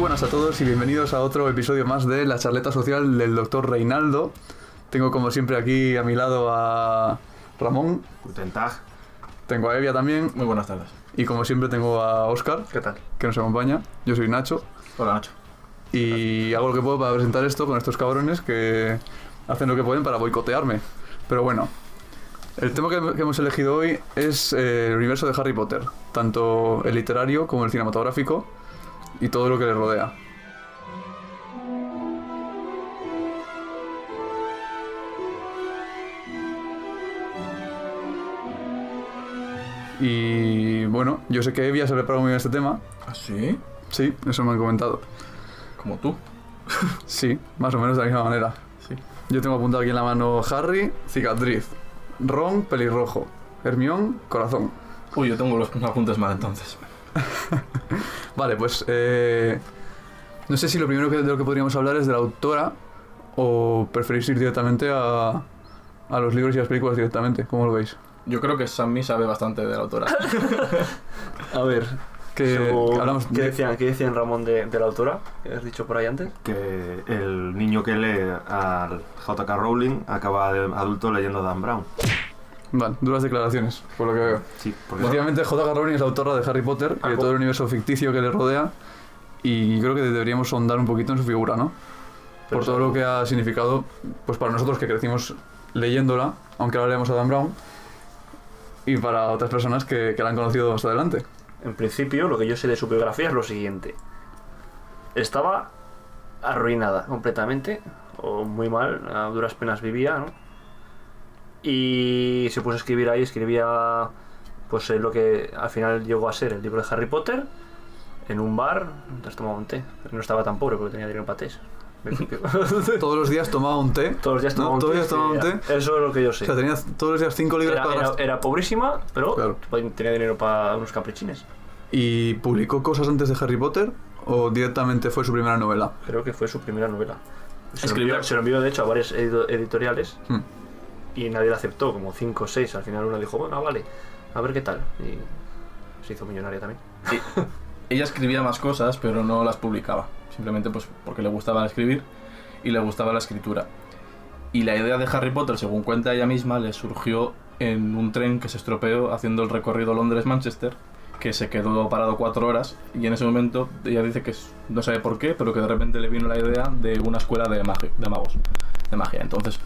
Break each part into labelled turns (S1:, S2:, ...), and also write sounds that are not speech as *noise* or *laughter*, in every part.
S1: buenas a todos y bienvenidos a otro episodio más de la charleta social del doctor Reinaldo. Tengo como siempre aquí a mi lado a Ramón,
S2: Guten Tag.
S1: tengo a Evia también
S2: Muy buenas tardes.
S1: y como siempre tengo a Oscar,
S3: ¿Qué tal?
S1: que nos acompaña. Yo soy Nacho
S2: Hola, Nacho.
S1: y hago lo que puedo para presentar esto con estos cabrones que hacen lo que pueden para boicotearme. Pero bueno, el tema que, que hemos elegido hoy es eh, el universo de Harry Potter, tanto el literario como el cinematográfico y todo lo que le rodea. Y bueno, yo sé que Evia se ha preparado muy bien este tema.
S2: ¿Ah, sí?
S1: Sí, eso me han comentado.
S2: Como tú.
S1: Sí, más o menos de la misma manera.
S2: Sí.
S1: Yo tengo apuntado aquí en la mano Harry, cicatriz. Ron, pelirrojo. Hermión, corazón.
S2: Uy, yo tengo los apuntes mal entonces.
S1: Vale, pues eh, no sé si lo primero que, de lo que podríamos hablar es de la autora o preferís ir directamente a, a los libros y las películas directamente, ¿cómo lo veis?
S2: Yo creo que Sammy sabe bastante de la autora.
S3: A ver,
S1: Que
S3: según-
S1: hablamos
S3: ¿qué,
S1: de-
S3: decían, ¿qué decían Ramón de, de la autora? ¿Qué has dicho por ahí antes?
S4: que el niño que lee al JK Rowling acaba de adulto leyendo a Dan Brown.
S1: Vale, duras declaraciones, por lo que veo.
S4: Sí, porque
S1: Efectivamente, J.K. Rowling es la autora de Harry Potter y de
S3: Ah,
S1: todo el universo ficticio que le rodea y creo que deberíamos ahondar un poquito en su figura, ¿no? por todo lo que ha significado pues para nosotros que crecimos leyéndola, aunque ahora leemos a Dan Brown, y para otras personas que, que la han conocido más adelante.
S3: En principio, lo que yo sé de su biografía es lo siguiente. Estaba arruinada completamente, o muy mal, a duras penas vivía, ¿no? Y se puso a escribir ahí, escribía pues eh, lo que al final llegó a ser el libro de Harry Potter, en un bar, mientras tomaba un té. No estaba tan pobre porque tenía dinero para tés. en
S1: *laughs*
S3: principio.
S1: Todos los días tomaba un té.
S3: Todos los días
S1: ¿no?
S3: tomaba un
S1: Todos
S3: té,
S1: los días tomaba un
S3: sí,
S1: té.
S3: era- Eso es lo que yo sé.
S1: O sea, tenía todos los días 5 libras
S3: era,
S1: para
S3: era-
S1: gastar.
S3: era pobrísima, pero pues,
S1: Claro.
S3: tenía dinero para unos caprichines.
S1: ¿Y publicó cosas antes de Harry Potter o directamente fue su primera novela?
S3: Creo que fue su primera novela. Se lo,
S2: Escribió-
S3: envió, se lo envió, de hecho, a varias edi- editoriales
S1: Hmm.
S3: y nadie la aceptó, como 5 o 6. Al final una dijo, bueno, ah, vale, a ver qué tal. Y se hizo millonaria también.
S2: Ella escribía más cosas, pero no las publicaba. Simplemente pues porque le gustaba escribir y le gustaba la escritura. Y la idea de Harry Potter, según cuenta ella misma, le surgió en un tren que se estropeó haciendo el recorrido Londres-Manchester, que se quedó parado cuatro horas. Y en ese momento ella dice que s- no sabe por qué, pero que de repente le vino la idea de una escuela de, magi- de magos, de magia. Entonces,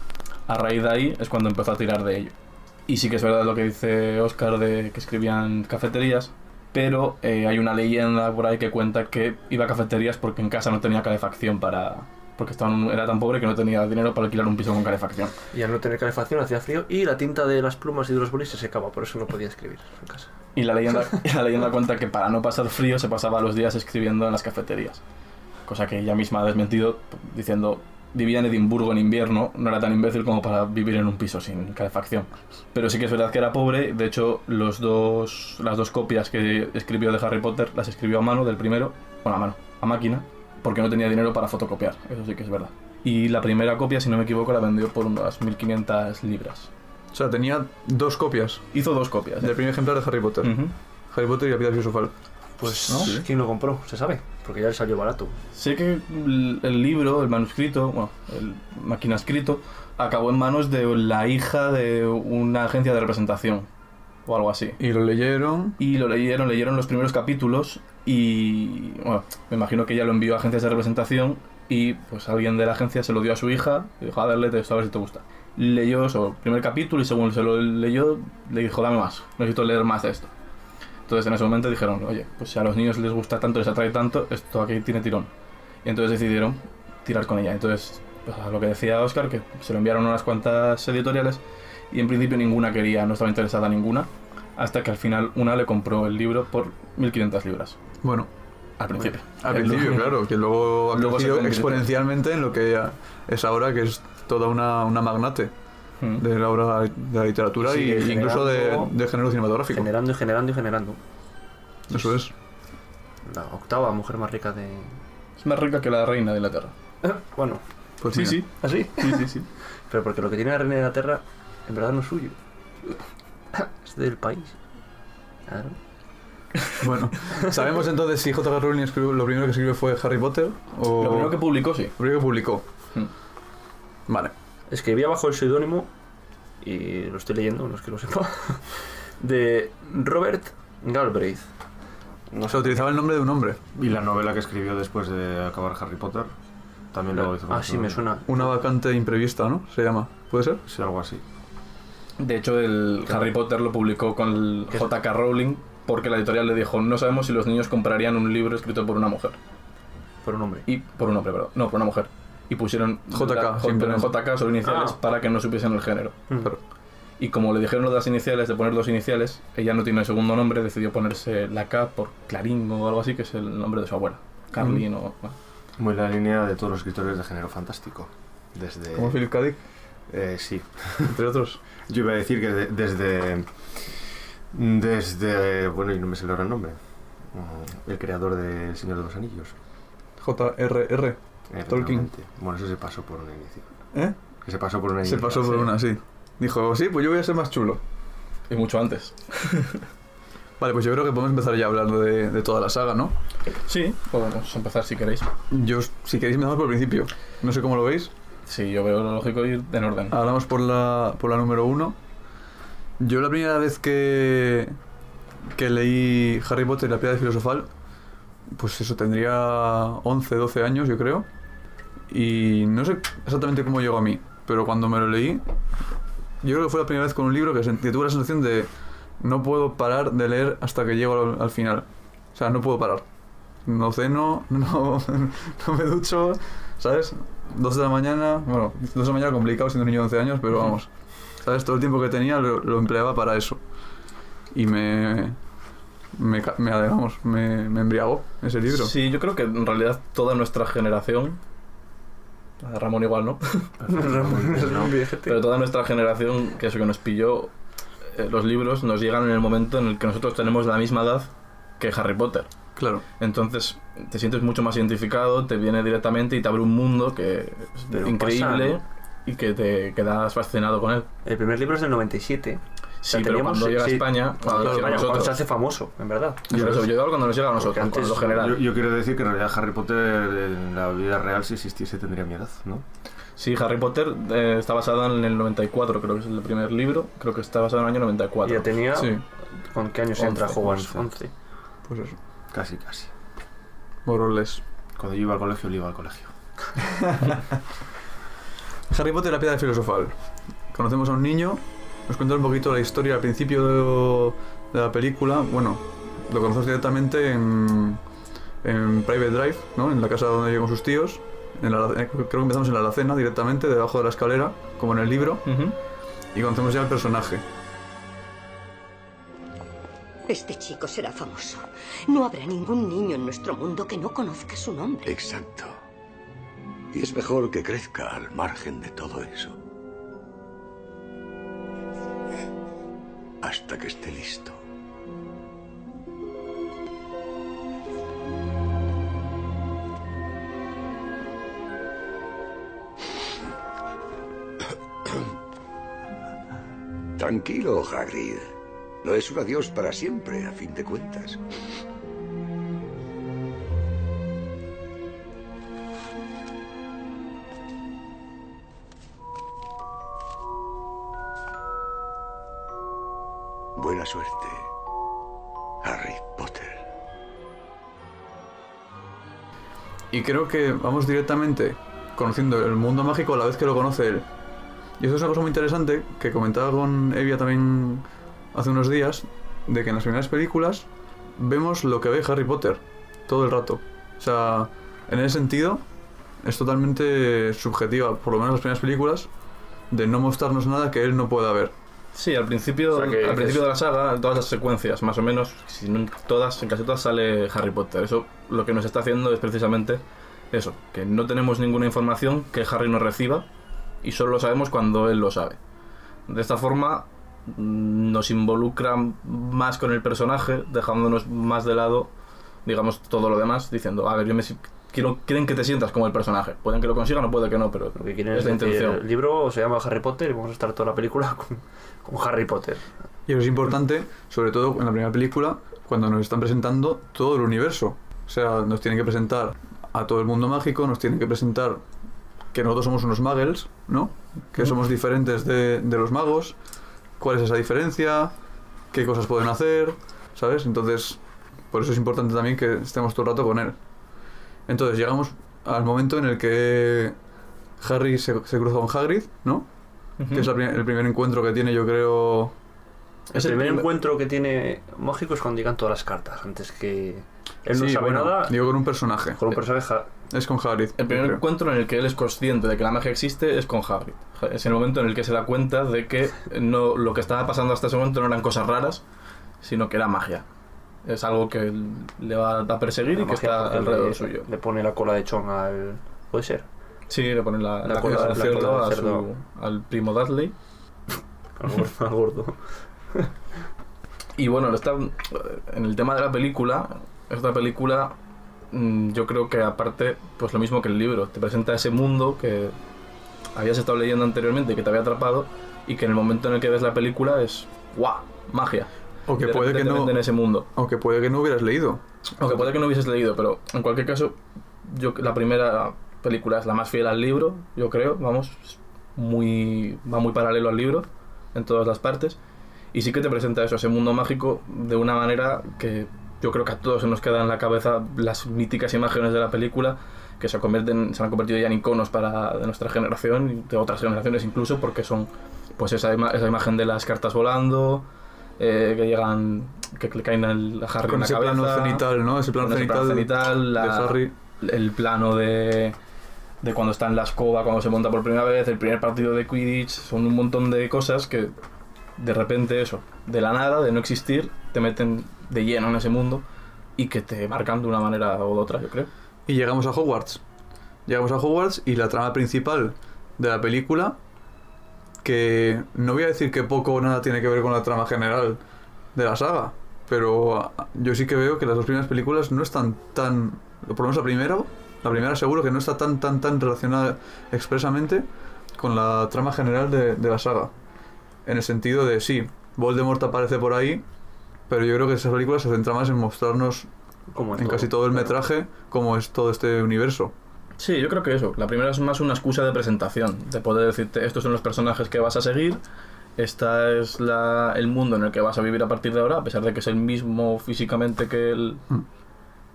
S2: a raíz de ahí es cuando empezó a tirar de ello. Y sí que es verdad lo que dice Oscar de que escribían cafeterías, pero eh, hay una leyenda por ahí que cuenta que iba a cafeterías porque en casa no tenía calefacción para... Porque estaba en un- era tan pobre que no tenía dinero para alquilar un piso con calefacción.
S3: Y al no tener calefacción hacía frío y la tinta de las plumas y de los bolis se secaba, por eso no podía escribir en casa.
S2: Y
S1: *laughs*
S2: la leyenda, la leyenda cuenta que para no pasar frío se pasaba los días escribiendo en las cafeterías. Cosa que ella misma ha desmentido diciendo, vivía en Edimburgo en invierno, no era tan imbécil como para vivir en un piso sin calefacción. Pero sí que es verdad que era pobre, de hecho los dos, las dos copias que escribió de Harry Potter las escribió a mano del primero, bueno a mano, a máquina, porque no tenía dinero para fotocopiar, eso sí que es verdad. Y la primera copia, si no me equivoco, la vendió por unas 1500 libras.
S1: O sea, tenía dos copias
S2: Hizo dos copias. ¿eh?
S1: del primer ejemplar de Harry Potter.
S3: Mm.
S2: Ujú.
S1: Harry Potter y la piedra filosofal.
S3: Pues,
S2: ¿no? Sí.
S3: ¿quién lo compró? Se sabe, porque ya le salió barato.
S2: Sé que el el libro, el manuscrito, bueno, el máquina escrito, acabó en manos de la hija de una agencia de representación o algo así.
S1: Y lo leyeron.
S2: Y lo leyeron, leyeron los primeros capítulos y, bueno, me imagino que ella lo envió a agencias de representación y pues alguien de la agencia se lo dio a su hija y dijo, a ver, léete esto, a ver si te gusta. Leyó eso, el primer capítulo y según se lo leyó, le dijo, dame más, necesito leer más de esto. Entonces en ese momento dijeron, oye, pues si a los niños les gusta tanto, les atrae tanto, esto aquí tiene tirón. Y entonces decidieron tirar con ella. Entonces, pues, a lo que decía Oscar, que se lo enviaron a unas cuantas editoriales y en principio ninguna quería, no estaba interesada ninguna, hasta que al final una le compró el libro por 1.500 libras.
S1: Bueno,
S2: Al principio.
S1: Al
S2: El
S1: principio,
S2: libro-
S1: claro, que luego ha
S2: Luego se
S1: crecido
S2: convirtió.
S1: exponencialmente en lo que ya es ahora, que es toda una, una magnate
S2: Mm.
S1: de la obra de la literatura
S3: Sigue
S1: y incluso de,
S3: generando-
S1: de género cinematográfico.
S3: Generando y generando y generando.
S1: Eso es.
S3: La octava mujer más rica de...
S2: Es más rica que la reina de Inglaterra.
S3: Bueno,
S1: Pues
S2: Sí,
S1: mira.
S2: Ah. sí,
S3: así.
S2: sí, sí, sí.
S3: Pero porque lo que tiene la reina de Inglaterra en verdad no es suyo. Es del país. Claro.
S1: Bueno,
S2: *laughs*
S1: ¿sabemos entonces si J.K. Rowling escribió- lo primero que escribió fue Harry Potter? O
S2: Lo primero que publicó, sí.
S1: lo primero que publicó.
S2: Hmm.
S1: Vale.
S3: Escribía bajo el seudónimo, y lo estoy leyendo, no es que lo sepa, *laughs* de Robert Galbraith.
S4: No
S1: O sea, utilizaba el nombre de un hombre.
S4: Y la novela que escribió después de acabar Harry Potter también lo hizo.
S3: Ah, sí, me suena.
S1: Una vacante imprevista, ¿no? Se llama. ¿Puede ser?
S4: Sí, algo así.
S2: De hecho, el Harry Potter lo publicó con el
S3: ¿Qué?
S2: J.K. Rowling porque la editorial le dijo, no sabemos si los niños comprarían un libro escrito por una mujer.
S3: Por un
S2: *laughs*
S3: hombre.
S2: Y por un hombre, perdón. No, por una mujer. Y pusieron
S1: JK,
S2: la- J-
S1: simplemente.
S2: JK sobre iniciales
S3: Ah.
S2: para que no supiesen el género.
S3: *laughs*
S1: Claro.
S2: Y como le dijeron lo de las iniciales, de poner dos iniciales, ella no tiene segundo nombre, decidió ponerse la K por Clarín o algo así, que es el nombre de su abuela. Carlin o... bueno.
S4: Muy en la línea de todos los escritores de género fantástico. Desde.
S1: Como Philip K. Dick,
S4: eh, sí.
S1: entre otros.
S4: Yo iba a decir que de- desde. Desde. Bueno, y no me sé ahora el nombre. Mm, El creador de El Señor de los Anillos.
S1: J.R.R.
S4: Eh,
S1: Tolkien.
S4: realmente. Bueno, eso se pasó por una iniciativa.
S1: ¿Eh?
S4: Que se pasó por una
S1: Se
S4: iniciativa.
S1: pasó por una, sí. Dijo, sí, pues yo voy a ser más chulo.
S2: Y mucho antes.
S1: Vale, pues yo creo que podemos empezar ya hablando de, de toda la saga, ¿no?
S2: Sí, podemos empezar si queréis.
S1: Yo, si queréis, empezamos por el principio. No sé cómo lo veis.
S2: Sí, yo veo lo lógico ir en orden.
S1: Hablamos por la, por la número uno. Yo la primera vez que, que leí Harry Potter y la piedra filosofal, pues eso, tendría 11, 12 años, yo creo. Y no sé exactamente cómo llegó a mí, pero cuando me lo leí, yo creo que fue la primera vez con un libro que, sentí- que tuve la sensación de no puedo parar de leer hasta que llego al, al final. O sea, no puedo parar. No ceno, *laughs* no, no me ducho, ¿sabes? 2 de la mañana, bueno, 2 de la mañana complicado siendo un niño de 11 años, pero vamos, ¿sabes? Todo el tiempo que tenía lo, lo empleaba para eso. Y me. me, ca- me vamos, me, me embriagó ese libro.
S2: Sí, yo creo que en realidad toda nuestra generación, la de Ramón igual, ¿no? Pero toda nuestra generación, que eso que nos pilló, eh, los libros nos llegan en el momento en el que nosotros tenemos la misma edad que Harry Potter.
S1: Claro,
S2: Entonces te sientes mucho más identificado, te viene directamente y te abre un mundo que es
S3: Pero
S2: increíble
S3: pasa,
S2: y que te quedas fascinado con él.
S3: El primer libro es del 97.
S2: Sí,
S3: Ya
S2: pero
S3: teníamos,
S2: cuando llega
S3: sí,
S2: a España, cuando
S3: Claro,
S2: nos llega a
S3: vaya, cuando se
S2: nosotros.
S3: hace famoso, en verdad.
S2: Yo creo que yo digo cuando nos llega a nosotros,
S3: antes-
S2: por lo
S4: Yo,
S2: general.
S4: yo quiero decir que en realidad Harry Potter en la vida real, si existiese, tendría mi edad, ¿no?
S2: Sí, Harry Potter eh, está basada en el 94, creo que es el primer libro. Creo que está basado en el año 94.
S3: Ya tenía.
S1: sí,
S3: ¿Con qué años
S2: Once,
S3: entra Hogwarts?
S4: once.
S3: 11.
S1: pues eso.
S4: Casi, casi.
S1: Morales.
S4: Cuando yo iba al colegio, él iba al colegio.
S1: Harry Potter y la piedra filosofal. Conocemos a un niño, nos cuenta un poquito la historia al principio de, de la película. Bueno, lo conocemos directamente en, en Private Drive, ¿no? En la casa donde vive con sus tíos. En la- eh, creo que empezamos en la alacena directamente, debajo de la escalera, como en el libro,
S2: Ujú.
S1: y conocemos ya al personaje.
S5: Este chico será famoso. No habrá ningún niño en nuestro mundo que no conozca su nombre.
S6: Exacto. Y es mejor que crezca al margen de todo eso. Hasta que esté listo. Tranquilo, Hagrid. No es un adiós para siempre, a fin de cuentas. Buena suerte, Harry Potter.
S1: Y creo que vamos directamente conociendo el mundo mágico a la vez que lo conoce él. Y eso es una cosa muy interesante que comentaba con Evia también hace unos días, de que en las primeras películas vemos lo que ve Harry Potter todo el rato. O sea, en ese sentido es totalmente subjetiva, por lo menos las primeras películas, de no mostrarnos nada que él no pueda ver.
S2: Sí, al principio,
S3: O sea que-
S2: al principio de la saga, todas las secuencias, más o menos, si no en todas, en casi todas sale Harry Potter. Eso lo que nos está haciendo es precisamente eso, que no tenemos ninguna información que Harry no reciba y solo lo sabemos cuando él lo sabe. De esta forma mm, nos involucra más con el personaje, dejándonos más de lado, digamos, todo lo demás, diciendo, a ver, yo me si- quiero, quieren que te sientas como el personaje. Pueden que lo consigan o puede que no, pero
S3: Lo que quieren
S2: es
S3: es
S2: la
S3: decir,
S2: intención.
S3: el libro se llama Harry Potter y vamos a *laughs* estar toda la película con, con Harry Potter.
S1: Y eso es importante, sobre todo en la primera película, cuando nos están presentando todo el universo. O sea, nos tienen que presentar a todo el mundo mágico, nos tienen que presentar que nosotros somos unos muggles, ¿no? Que somos diferentes de, de los magos, cuál es esa diferencia, qué cosas pueden hacer, ¿sabes? Entonces, por eso es importante también que estemos todo el rato con él. Entonces, llegamos al momento en el que Harry se, se cruza con Hagrid, ¿no?
S2: Ujú.
S1: Que es la pri- el primer encuentro que tiene, yo creo,
S3: El
S2: Es el
S3: primer
S2: primer-
S3: encuentro que tiene Mágico es cuando llegan todas las cartas. Antes que él no
S1: Sí,
S3: sabe
S1: bueno,
S3: nada,
S1: Digo con un personaje.
S3: con un personaje. ja-
S1: Es con Hagrid.
S2: El primer
S1: yo creo.
S2: encuentro en el que él es consciente de que la magia existe es con Hagrid. Es el momento en el que se da cuenta de que no, lo que estaba pasando hasta ese momento no eran cosas raras, sino que era magia. Es algo que él le va a perseguir y
S3: la
S2: que
S3: magia,
S2: está
S3: porque
S2: alrededor
S3: le,
S2: suyo.
S3: Le pone la cola de chon al. ¿Puede ser?
S2: Sí, le ponen la,
S3: La
S2: la
S1: cola-
S2: cola
S1: la
S2: del cerdo,
S3: cola del
S2: a su-
S3: cerdo.
S2: al primo Dudley.
S3: Al gordo. al gordo.
S2: Y bueno, lo está, en el tema de la película, esta película mm, yo creo que aparte, pues lo mismo que el libro, te presenta ese mundo que habías estado leyendo anteriormente, que te había atrapado, y que en el momento en el que ves la película es ¡guau! Magia.
S1: O que
S2: De
S1: puede que
S2: repente te
S1: no.
S2: venden ese mundo.
S1: O que puede que no hubieras leído.
S2: Aunque puede que no hubieses leído, pero en cualquier caso, yo la primera película es la más fiel al libro, yo creo, vamos, es muy va muy paralelo al libro en todas las partes y sí que te presenta eso, ese mundo mágico de una manera que yo creo que a todos se nos queda en la cabeza las míticas imágenes de la película que se convierten se han convertido ya en iconos para de nuestra generación y de otras generaciones incluso porque son pues esa, ima- esa imagen de las cartas volando eh, que llegan que le caen al a Harry en
S1: Con
S2: la
S1: ese
S2: cabeza
S1: plano cenital, ¿no? Ese plano
S2: con ese
S1: cenital,
S2: plano cenital, la-
S1: de Harry.
S2: el plano de, de cuando está en la escoba, cuando se monta por primera vez, el primer partido de Quidditch, son un montón de cosas que de repente eso, de la nada, de no existir, te meten de lleno en ese mundo y que te marcan de una manera o de otra, yo creo.
S1: Y llegamos a Hogwarts. Llegamos a Hogwarts y la trama principal de la película, que no voy a decir que poco o nada tiene que ver con la trama general de la saga, pero ah, yo sí que veo que las dos primeras películas no están tan, por lo menos la primera, la primera seguro que no está tan tan tan relacionada expresamente con la trama general de, de la saga. En el sentido de, sí, Voldemort aparece por ahí, pero yo creo que esa película se centra más en mostrarnos
S3: Como
S1: en casi todo el metraje como es todo este universo.
S2: Sí, yo creo que eso. La primera es más una excusa de presentación, de poder decirte estos son los personajes que vas a seguir, esta es la, el mundo en el que vas a vivir a partir de ahora, a pesar de que es el mismo físicamente que el,
S1: Mm.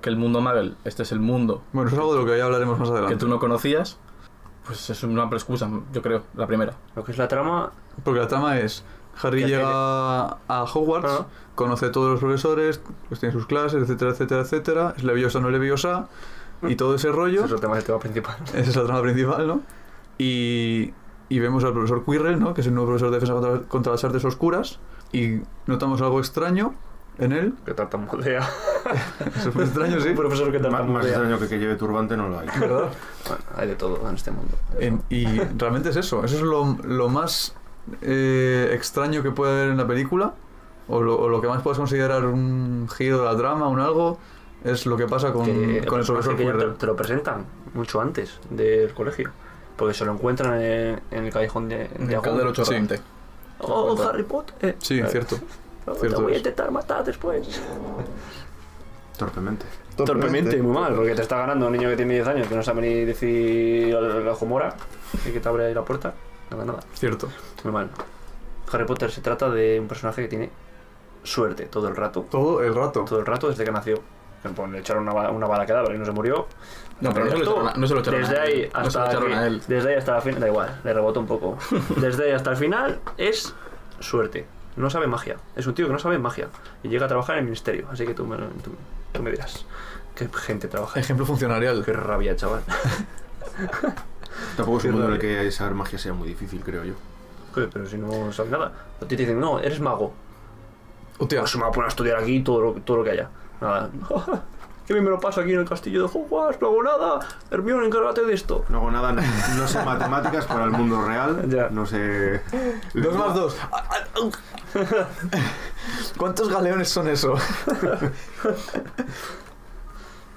S2: que el mundo Marvel, este es el mundo
S1: Bueno, eso es algo de lo que ya hablaremos más
S2: que
S1: adelante.
S2: tú no conocías, pues es una excusa, yo creo, la primera.
S3: Lo que es la trama.
S1: Porque la trama es, Harry
S3: Que
S1: llega a Hogwarts,
S3: Ah.
S1: conoce a todos los profesores, pues tiene sus clases, etcétera, etcétera, etcétera, es leviosa, no leviosa, y todo ese rollo,
S3: Ese es el tema, el tema principal.
S1: esa es la trama principal, ¿no? Y, y vemos al profesor Quirrell, ¿no? Que es el nuevo profesor de defensa contra, contra las artes oscuras, y notamos algo extraño en
S3: *laughs*
S1: él,
S3: Que tartamudea.
S1: eso es muy extraño, sí.
S3: Un profesor que
S4: Más, más
S3: tartamudea.
S4: extraño que que lleve turbante no lo hay.
S1: *laughs* ¿Verdad?
S3: Bueno, hay de todo en este mundo.
S1: En- y realmente es eso, eso es lo, lo más eh, extraño que puede haber en la película, o lo, o lo que más puedes considerar un giro de la trama, un algo, es lo que pasa con,
S3: que-
S1: con el profesor
S3: que ya te,
S1: Quirrell.
S3: te lo presentan mucho antes del colegio. Porque se lo encuentran en, en el callejón de, de
S2: El
S3: Agón.
S2: del 820.
S3: Oh, Harry Potter.
S1: Sí,
S3: Claro.
S1: cierto.
S3: Oh,
S1: cierto
S3: te voy a
S1: es.
S3: intentar matar después.
S4: Torpemente.
S3: Torpemente, muy mal, porque te está ganando un niño que tiene 10 años que no sabe ni decir el ojo mora y que te abre ahí la puerta. Nada, nada.
S1: Cierto.
S3: Muy mal. Harry Potter se trata de un personaje que tiene suerte todo el rato.
S1: Todo el rato.
S3: Todo el rato desde que nació. En plan, Le echaron una, bala- una bala cadáver y no se murió.
S2: No, pero no se lo echaron a- no se lo echaron
S3: desde
S2: a él. eh.
S3: ahí
S2: No se lo
S3: hasta
S2: echaron
S3: que-
S2: a él.
S3: Desde ahí hasta la final. Da igual, le rebotó
S2: *laughs*
S3: un poco. Desde ahí hasta el final es suerte. No sabe magia. Es un tío que no sabe magia. Y llega a trabajar en el ministerio. Así que tú me, tú, tú me dirás. Qué gente trabaja.
S1: Ejemplo funcionarial.
S3: Qué rabia, chaval.
S4: Tampoco es un mundo en el que saber magia sea muy difícil, creo yo.
S3: Joder, Pero si no sabes nada. A ti te dicen, no, eres mago.
S1: Hostia,
S3: Pues se me va a poner a estudiar aquí todo lo, todo lo que haya. Nada. *laughs* Qué bien me lo paso aquí en el castillo de Hogwarts. No hago nada. Hermione, encárgate de esto.
S4: No hago nada, no, no
S1: *laughs*
S4: sé matemáticas para el mundo real.
S3: Ya.
S4: No sé.
S1: dos más
S3: *laughs*
S1: dos. ¿Cuántos galeones son eso?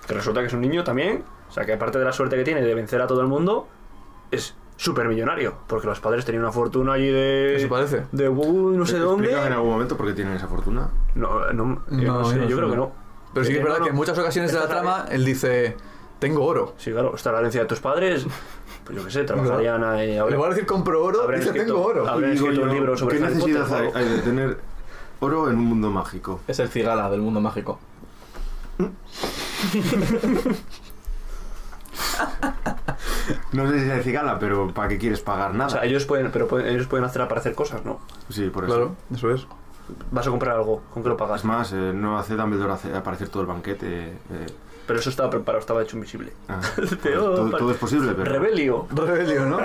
S3: Que resulta que es un niño también. O sea, que aparte de la suerte que tiene de vencer a todo el mundo, es supermillonario, porque los padres tenían una fortuna allí de...
S1: Eso parece.
S3: De Wu, no sé dónde.
S4: ¿Explicas en algún momento por qué tienen esa fortuna?
S3: No, eh, no, yo no
S1: No,
S3: sé,
S1: no
S3: yo
S1: sé,
S3: creo
S1: no.
S3: que no.
S1: Pero sí que es
S3: Eh,
S1: verdad
S3: no,
S1: que en
S3: no.
S1: muchas ocasiones de la
S3: Esta
S1: trama él dice, tengo oro.
S3: Sí, claro, está la herencia de tus padres, pues yo
S1: *laughs*
S3: qué sé, trabajarían ahí.
S1: Le voy a decir compro oro,
S3: Habrán
S1: dice,
S3: escrito-
S1: tengo oro.
S3: Habrán
S4: Y digo
S3: escrito un
S4: yo,
S3: libro sobre
S4: ¿Qué
S3: Harry Potter,
S4: necesidad hay,
S3: o algo.
S4: hay de tener oro en un mundo mágico?
S2: Es el cigala del mundo mágico.
S4: No sé si es de cigala, pero ¿para qué quieres pagar nada?
S3: O sea, ellos pueden, pero pueden- ellos pueden hacer aparecer cosas, ¿no?
S4: sí,
S3: pues
S4: por eso.
S1: Claro, eso es.
S3: Vas a comprar algo, ¿con qué lo pagas?
S4: Es más, eh, no hace Dumbledore hace aparecer todo el banquete. eh,
S3: Pero eso estaba preparado, estaba hecho invisible.
S4: ah,
S3: *laughs* Teo,
S4: todo,
S3: vale.
S4: todo es posible, pero...
S3: Rebelio.
S1: Rebelio,
S3: *laughs*
S1: ¿no?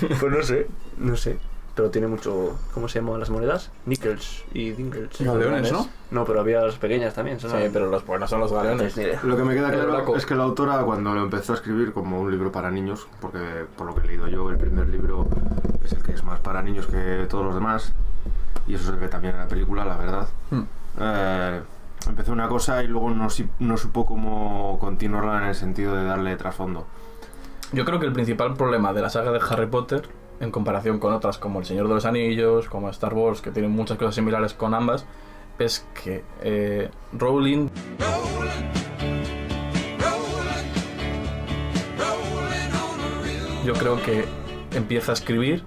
S3: Pues no sé. No sé. Pero tiene mucho. ¿Cómo se llaman las monedas? Nickels y dingles.
S1: Galeones, ¿no?
S3: No, pero había las pequeñas también.
S2: Sí,
S3: son las-
S2: pero los buenos son los galeones.
S3: Ni idea.
S4: Lo que me queda
S2: El
S4: claro
S2: Draco.
S4: es que la autora cuando lo empezó a escribir como un libro para niños, porque por lo que he leído yo, el primer libro es el que es más para niños que todos los demás, y eso se ve también en la película, la verdad.
S1: Hmm.
S4: Eh, empezó una cosa y luego no, si- no supo cómo continuarla en el sentido de darle trasfondo.
S2: Yo creo que el principal problema de la saga de Harry Potter, en comparación con otras como El Señor de los Anillos, como Star Wars, que tienen muchas cosas similares con ambas, es que eh, Rowling yo creo que empieza a escribir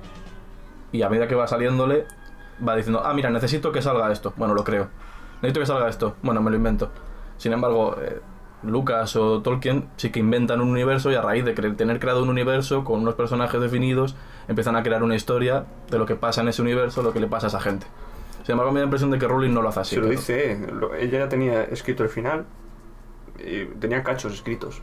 S2: y a medida que va saliéndole va diciendo, ah, mira, necesito que salga esto. Bueno, lo creo. Necesito que salga esto. Bueno, me lo invento. Sin embargo, eh, Lucas o Tolkien sí que inventan un universo y a raíz de cre- tener creado un universo con unos personajes definidos, empiezan a crear una historia de lo que pasa en ese universo, lo que le pasa a esa gente. Sin embargo, me da la impresión de que Rowling no lo hace así.
S3: se lo
S2: claro.
S3: dice, eh, lo- ella ya tenía escrito el final, y tenía cachos escritos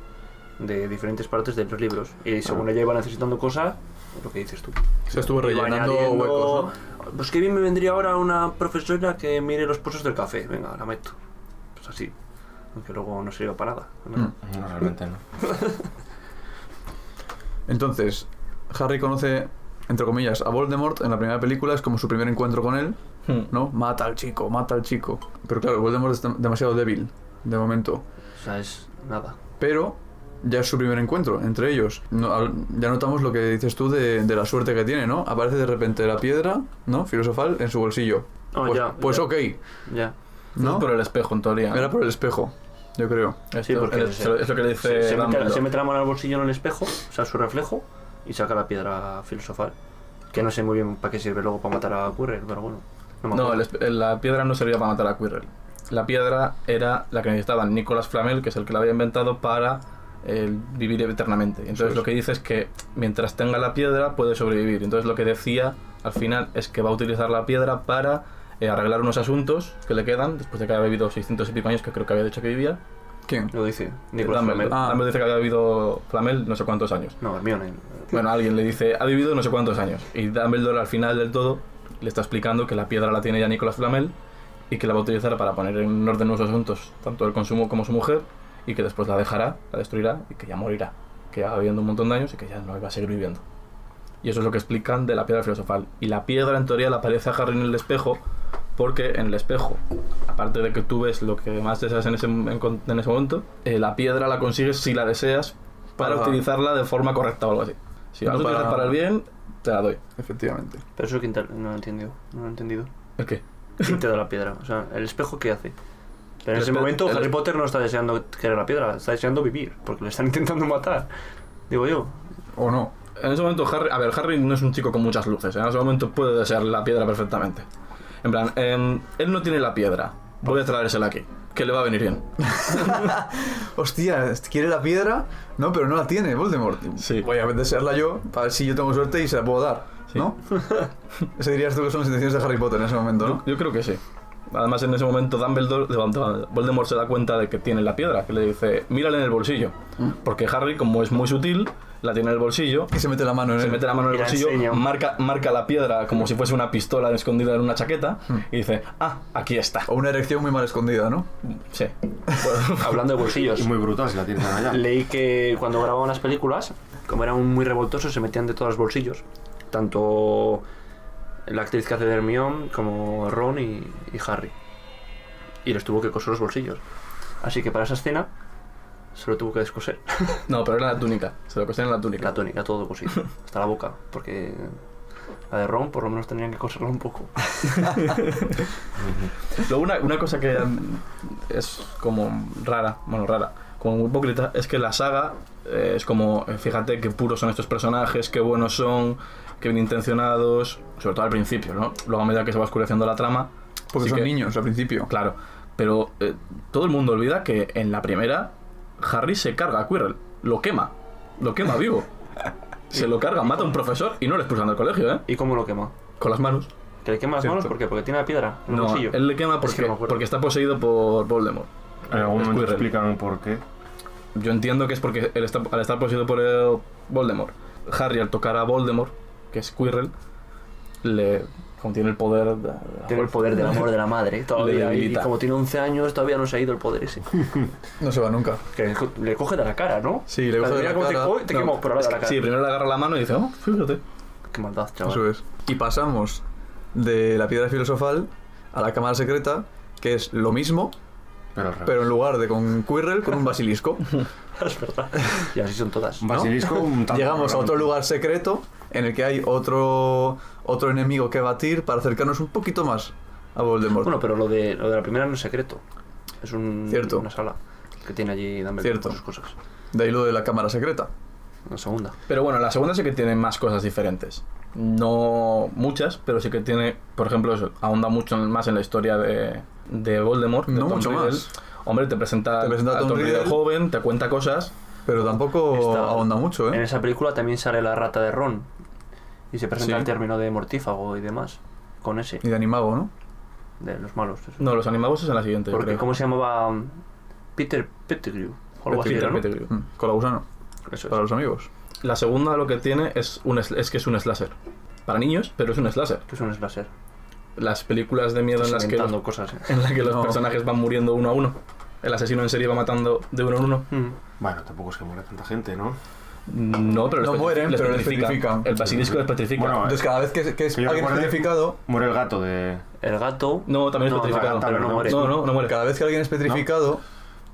S3: de diferentes partes de los libros. Y según ella iba necesitando cosas, lo que dices tú.
S1: Se estuvo
S3: Iba
S1: rellenando
S3: añadiendo,
S1: huecos, ¿no?
S3: Pues que bien me vendría ahora una profesora que mire los pozos del café. Venga, la meto. Pues así. Aunque luego no sirva para nada. ¿no?
S4: No, realmente no.
S1: Entonces, Harry conoce, entre comillas, a Voldemort en la primera película, es como su primer encuentro con él,
S2: Hmm.
S1: ¿no? Mata al chico, mata al chico. Pero claro, Voldemort es dem- demasiado débil, de momento.
S3: O sea, es nada.
S1: Pero ya es su primer encuentro entre ellos. No- al- ya notamos lo que dices tú de, de la suerte que tiene, ¿no? Aparece de repente la piedra, ¿no? Filosofal en su bolsillo.
S3: Ah,
S1: pues
S3: ya,
S1: pues
S3: ya.
S1: ok,
S3: Ya.
S1: ¿no?
S2: Es por el espejo, en teoría. ¿no?
S1: Era por el espejo, yo creo.
S2: Esto-
S3: Sí, porque
S2: es, es lo que le dice
S3: se, se mete,
S2: Dumbledore.
S3: se mete la mano al bolsillo en el espejo, o sea, su reflejo, y saca la piedra filosofal. Que no sé muy bien para qué sirve luego para matar a Quirrell, pero bueno. No, me
S2: No,
S3: acuerdo.
S2: el espe- la piedra no servía para matar a Quirrell. La piedra era la que necesitaba Nicolas Flamel, que es el que la había inventado para eh, vivir eternamente. Entonces
S1: es.
S2: lo que dice es que mientras tenga la piedra puede sobrevivir. Entonces lo que decía al final es que va a utilizar la piedra para eh, arreglar unos asuntos que le quedan después de que haya vivido 600 y pico años que creo que había dicho que vivía.
S1: ¿Quién?
S3: Lo dice Nicolás
S2: Dumbledore.
S3: Flamel.
S1: Ah.
S2: Dumbledore dice que había vivido Flamel no sé cuántos años.
S3: No, Hermione.
S2: Bueno, alguien le dice, ha vivido no sé cuántos años. Y Dumbledore al final del todo le está explicando que la piedra la tiene ya Nicolás Flamel y que la va a utilizar para poner en orden unos asuntos, tanto el consumo como su mujer, y que después la dejará, la destruirá y que ya morirá. Que ya va viviendo un montón de años y que ya no va a seguir viviendo. Y eso es lo que explican de la piedra filosofal. Y la piedra en teoría le aparece a Harry en el espejo porque en el espejo, aparte de que tú ves lo que más deseas en ese, en con- en ese momento, eh, la piedra la consigues si la deseas para
S1: Ajá.
S2: utilizarla de forma correcta o algo así. Si la
S1: No
S2: vas a utilizar
S1: para-
S2: para el bien, te la doy.
S1: Efectivamente.
S3: Pero eso que inter- no lo he entendido. No lo he entendido.
S2: ¿El qué?
S3: ¿Quién te da la piedra? O sea, ¿el espejo qué hace? Pero en
S2: El
S3: ese
S2: espe-
S3: momento
S2: el
S3: Harry
S2: espe-
S3: Potter no está deseando querer la piedra, está deseando vivir, porque le están *laughs* intentando matar. Digo yo.
S1: ¿O no?
S2: En ese momento, Harry, a ver, Harry no es un chico con muchas luces. ¿eh? En ese momento puede desear la piedra perfectamente. En plan, em, él no tiene la piedra. Voy a traérsela aquí, que le va a venir bien.
S1: Hostia, quiere la piedra, no, pero no la tiene Voldemort.
S2: Sí.
S1: Voy a desearla yo, para ver si yo tengo suerte y se la puedo dar, *laughs* ¿no? Ese dirías tú que son las intenciones de Harry Potter en ese momento, ¿no?
S2: Yo creo que sí. Además, en ese momento, Dumbledore, de- de- Voldemort se da cuenta de que tiene la piedra, que le dice, mírala en el bolsillo. Porque Harry, como es muy sutil, la tiene en el bolsillo,
S1: Y se mete la mano en
S2: se
S1: él.
S2: mete la mano en
S3: Y
S2: el
S3: la enseña.
S2: bolsillo, marca, marca la piedra como si fuese una pistola escondida en una chaqueta, y dice, ah, aquí está.
S1: O una erección muy mal escondida, ¿no?
S2: Sí.
S3: Hablando de bolsillos.
S4: Y muy brutal si la
S1: *laughs*
S4: tienes allá.
S3: Leí que cuando grababan las películas, como eran muy revoltosos, se metían de todos los bolsillos. Tanto la actriz que hace de Hermione como Ron y, y Harry. Y les tuvo que coser los bolsillos. Así que para esa escena se lo tuvo que descoser. *laughs*
S2: No, pero era la túnica. Se lo cosían en la túnica.
S3: La tónica,
S1: *laughs*
S3: todo cosido. Hasta la boca. Porque la de Ron, por lo menos tendrían que coserla un poco.
S2: Luego una, una cosa que mm, es como rara, bueno, rara, como muy hipócrita, es que la saga eh, es como, eh, fíjate qué puros son estos personajes, qué buenos son, qué bien intencionados, sobre todo al principio, ¿no? Luego a medida que se va oscureciendo la trama...
S1: Porque
S2: sí
S1: son
S2: que-
S1: niños al principio.
S2: Claro, pero eh, todo el mundo olvida que en la primera Harry se carga a Quirrell, lo quema, lo
S1: *laughs*
S2: quema vivo. Se lo carga, mata a un profesor y no le expulsan del colegio, ¿eh?
S3: ¿Y cómo lo quema?
S2: Con las manos.
S3: ¿Que le quema las
S1: Cierto.
S3: manos? ¿Por qué? Porque tiene la piedra en el
S2: No,
S3: bolsillo.
S2: él le quema
S3: Es que
S2: porque,
S3: no me acuerdo.
S2: porque está poseído por Voldemort.
S4: En algún
S2: Es
S4: momento
S2: Quirrell.
S4: explican por qué.
S2: Yo entiendo que es porque él está- al estar poseído por eh, Voldemort, Harry al tocar a Voldemort, que es Quirrell, le contiene el poder. de- de la
S3: Tiene el
S2: fuerza.
S1: *laughs*
S3: poder del amor de la madre
S2: Le
S3: todavía. Y
S2: debilita.
S3: como tiene 11 años, todavía no se ha ido el
S1: *laughs*
S3: poder ese.
S1: No se va nunca.
S3: Que le co- le coge de la cara, ¿no?
S1: Sí, le
S3: La
S1: coge de
S3: mira
S1: la
S3: como
S1: cara.
S3: Te, "Uy, te
S2: No,
S3: quemo", pero ahora
S2: es
S3: de la
S2: que
S3: cara.
S2: Sí, primero le agarra la mano y dice, oh, fíjate.
S3: Qué maldad,
S1: *laughs* Eso
S3: chaval.
S1: es. Y pasamos de la piedra filosofal a la cámara secreta, que es lo mismo,
S4: Pero, al revés.
S1: pero en lugar de con Quirrell, con un *laughs* basilisco.
S3: *laughs* Es verdad. Y así son todas.
S4: un basilisco, un tanto
S1: *laughs* Llegamos a otro
S4: grande.
S1: lugar secreto en el que hay otro, otro enemigo que batir para acercarnos un poquito más a Voldemort.
S3: Bueno, pero lo de, lo de la primera no es secreto. Es un,
S1: Cierto.
S3: una sala que tiene allí Dumbledore
S1: Cierto.
S3: con sus cosas.
S1: de ahí lo de la cámara secreta.
S3: La segunda.
S2: Pero bueno, la segunda sí que tiene más cosas diferentes. No muchas, pero sí que tiene, por ejemplo, eso, ahonda mucho más en la historia de, de Voldemort. de
S1: No
S2: Tom
S1: mucho
S2: Riddle.
S1: más.
S2: Hombre, te presenta,
S1: Te presenta a
S2: a
S1: Tom
S2: Tom Riddle
S1: Riddle.
S2: joven, te cuenta cosas.
S1: Pero tampoco
S3: Está-
S1: ahonda mucho,
S3: En
S1: ¿eh?
S3: esa película también sale la rata de Ron y se presenta
S1: Sí.
S3: el término de mortífago y demás. Con ese,
S1: Y de animago, ¿no?
S3: de los malos. eso.
S2: No, los animagos es en la siguiente, yo
S3: Porque,
S2: creo.
S3: ¿cómo se llamaba? um, Peter Pettigrew. O algo así,
S2: Peter
S3: ¿no?
S2: Pettigrew.
S1: Mm, Con la gusano,
S3: Eso es.
S1: para los amigos.
S2: La segunda lo que tiene es, un, sl- es que es un slasher. Para niños, pero es un slasher.
S3: Que es un slasher.
S2: Las películas de miedo en
S3: Estás
S2: las que los,
S3: inventando
S2: *laughs*
S3: cosas. ¿eh?
S2: en las que los
S1: No.
S2: personajes van muriendo uno a uno. El asesino en serie va matando de uno en uno.
S3: Mm.
S4: Bueno, tampoco es que muera tanta gente, ¿no?
S2: No, pero les
S1: No
S2: petri-
S1: mueren,
S2: les
S1: pero les
S2: petrifica.
S1: petrifican.
S2: El basilisco les petrifica.
S4: Bueno,
S1: Entonces, cada vez que, que es
S4: Que yo
S1: alguien
S4: recuerde-
S1: petrificado,
S4: Muere el gato de.
S3: *laughs* El gato.
S2: No, también es
S3: no,
S2: petrificado.
S3: pero no
S4: No,
S3: muere.
S2: No, no, no muere.
S1: cada vez que alguien es petrificado,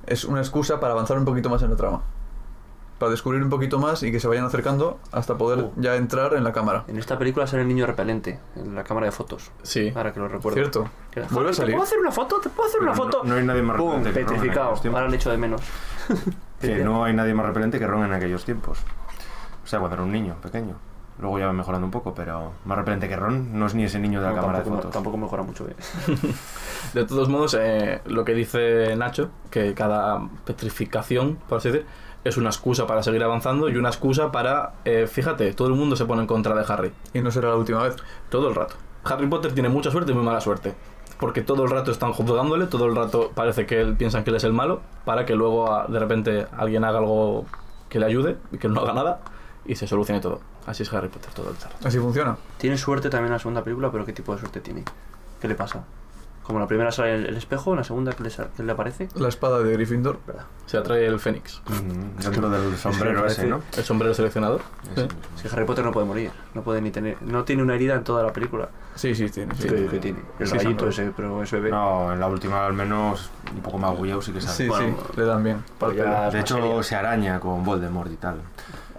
S1: es una excusa para avanzar un poquito más en la trama. Para descubrir un poquito más y que se vayan acercando hasta poder
S3: Uh.
S1: ya entrar en la cámara.
S3: En esta película sale el niño repelente en la cámara de fotos.
S2: Sí.
S3: Ahora que lo recuerdo.
S1: Cierto.
S3: Que-
S1: Vuelve a
S3: ¿Te
S1: salir.
S3: puedo hacer una foto? ¿Te puedo hacer una
S4: No-
S3: foto?
S4: no hay nadie más
S3: Pum,
S4: repelente que Ron en
S3: petrificado.
S4: aquellos tiempos.
S3: Ahora le echo de menos.
S4: Que no hay nadie más repelente que Ron en aquellos tiempos. O sea, cuando era un niño pequeño. Luego ya va mejorando un poco, pero más repelente que Ron no es ni ese niño de la
S3: No,
S4: cámara
S3: tampoco,
S4: de fotos.
S3: tampoco mejora mucho. ¿eh?
S2: De todos modos, eh, lo que dice Nacho, que cada petrificación, por así decir, es una excusa para seguir avanzando y una excusa para, eh, fíjate, todo el mundo se pone en contra de Harry,
S1: Y no será la última vez.
S2: todo el rato. Harry Potter tiene mucha suerte y muy mala suerte, porque todo el rato están juzgándole, todo el rato parece que él piensan que él es el malo, para que luego ah, de repente alguien haga algo que le ayude y que él no haga nada y se solucione todo. Así es Harry Potter todo el rato.
S1: Así funciona.
S3: Tiene suerte también la segunda película, pero ¿qué tipo de suerte tiene? ¿Qué le pasa? Como en la primera sale el, el espejo, en la segunda, ¿qué le, sa- qué le aparece?
S1: La espada de Gryffindor.
S2: Se atrae el Fénix,
S4: Mm, Dentro
S3: *laughs*
S4: del sombrero
S3: parece-
S4: ese, ¿no?
S2: el sombrero seleccionador. ¿Eh?
S4: Ese
S2: Sí.
S4: mismo.
S3: Es que Harry Potter no puede morir, no puede ni tener, no tiene una herida en toda la película.
S1: Sí, sí, tiene. sí.
S3: que, que tiene. El
S1: Sí, seguro.
S3: gallito ese, pero es bebé.
S4: No, en la última al menos un poco más guiado sí que sale.
S1: Sí,
S3: Bueno,
S1: sí, le dan bien.
S3: Pero ya es
S4: De
S3: más seria.
S4: hecho, se araña con Voldemort y tal.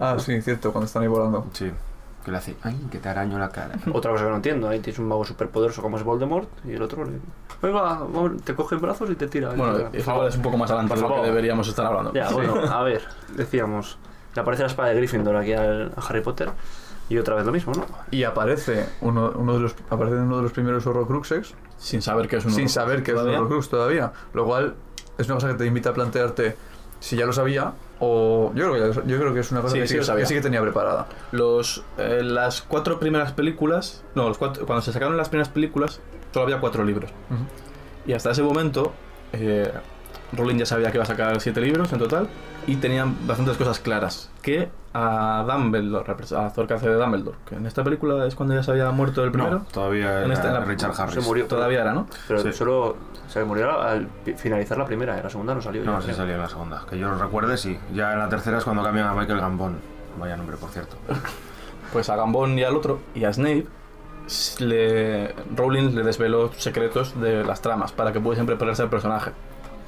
S1: Ah, sí, cierto, cuando están ahí volando.
S4: Sí. Que le hace, ay, que te araño la cara.
S3: Otra cosa que no entiendo, ahí tienes un mago superpoderoso como es Voldemort y el otro le- Venga, vamos, te coge en brazos y te tira.
S2: Bueno,
S3: Y-
S2: igual es un poco más adelante
S3: Por
S2: de lo que
S3: favor.
S2: deberíamos estar hablando.
S3: Ya,
S2: Sí.
S3: bueno, a ver, decíamos, le aparece la espada de Gryffindor aquí al, a Harry Potter y otra vez lo mismo, ¿no?
S1: Y aparece uno, uno de los aparece uno de los primeros Horrocruxes
S2: Sin saber que es un
S1: sin
S2: horror.
S1: saber que es un
S2: Todavía.
S1: Horrocrux todavía, lo cual es una cosa que te invita a plantearte si ya lo sabía o yo creo que, yo creo que es una cosa
S2: Sí,
S1: que,
S2: sí
S1: sí,
S2: lo sabía.
S1: que sí que tenía preparada.
S2: Los, eh, las cuatro primeras películas. No, los cuatro, cuando se sacaron las primeras películas, solo había cuatro libros.
S1: Ujú.
S2: Y hasta ese momento, eh, Rowling ya sabía que iba a sacar siete libros en total. Y tenían bastantes cosas claras. Que a Dumbledore, a Zorcace de Dumbledore, que en esta película es cuando ya se había muerto el primero.
S4: No, todavía
S2: En
S4: era
S2: esta- en la-
S4: Richard Harris.
S3: Se murió.
S2: Todavía era, ¿no?
S3: Pero
S4: Sí.
S3: solo se murió al pi- finalizar la primera, en la segunda no salió.
S4: No,
S3: ya,
S4: sí
S3: creo.
S4: salió en la segunda. Que yo lo recuerde, sí. Ya en la tercera es cuando cambian a Michael Gambon. Vaya nombre, por cierto.
S2: pues a Gambón y al otro, y a Snape, s- le, Rowling le desveló secretos de las tramas para que pudiesen prepararse al personaje.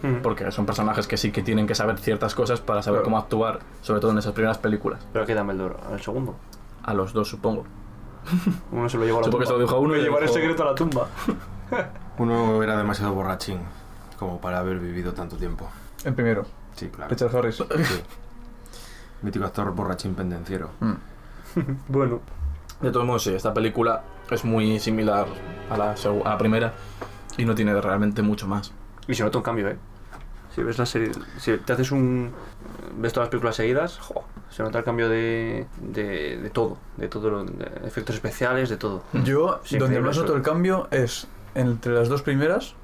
S3: Mm.
S2: porque son personajes que sí que tienen que saber ciertas cosas para saber
S1: Claro.
S2: cómo actuar, sobre todo en esas primeras películas.
S3: Pero aquí dame el duro, al segundo.
S2: A los dos, supongo.
S3: Uno se lo llevó a la
S2: Supongo que
S3: tumba.
S2: se lo dijo a uno y
S3: Me
S2: le
S3: llevaré el
S2: dijo-
S3: secreto a la *laughs* tumba.
S4: Uno era demasiado borrachín como para haber vivido tanto tiempo.
S1: El primero,
S4: Sí, claro.
S1: Richard Harris.
S2: *laughs*
S4: Sí. Mítico actor borrachín pendenciero.
S1: Mm.
S3: Bueno,
S2: De todos modos, sí, esta película es muy similar a la, segu- a la primera y no tiene realmente mucho más.
S3: y se nota un cambio, ¿eh? Si ves la serie, si te haces un. ves todas las películas seguidas, jo, se nota el cambio de, de, de todo, de todo, lo- de efectos especiales, de todo.
S2: Mm.
S1: Yo,
S3: Sí,
S1: donde
S3: increíble
S1: más
S3: eso.
S1: noto el cambio es entre las dos primeras.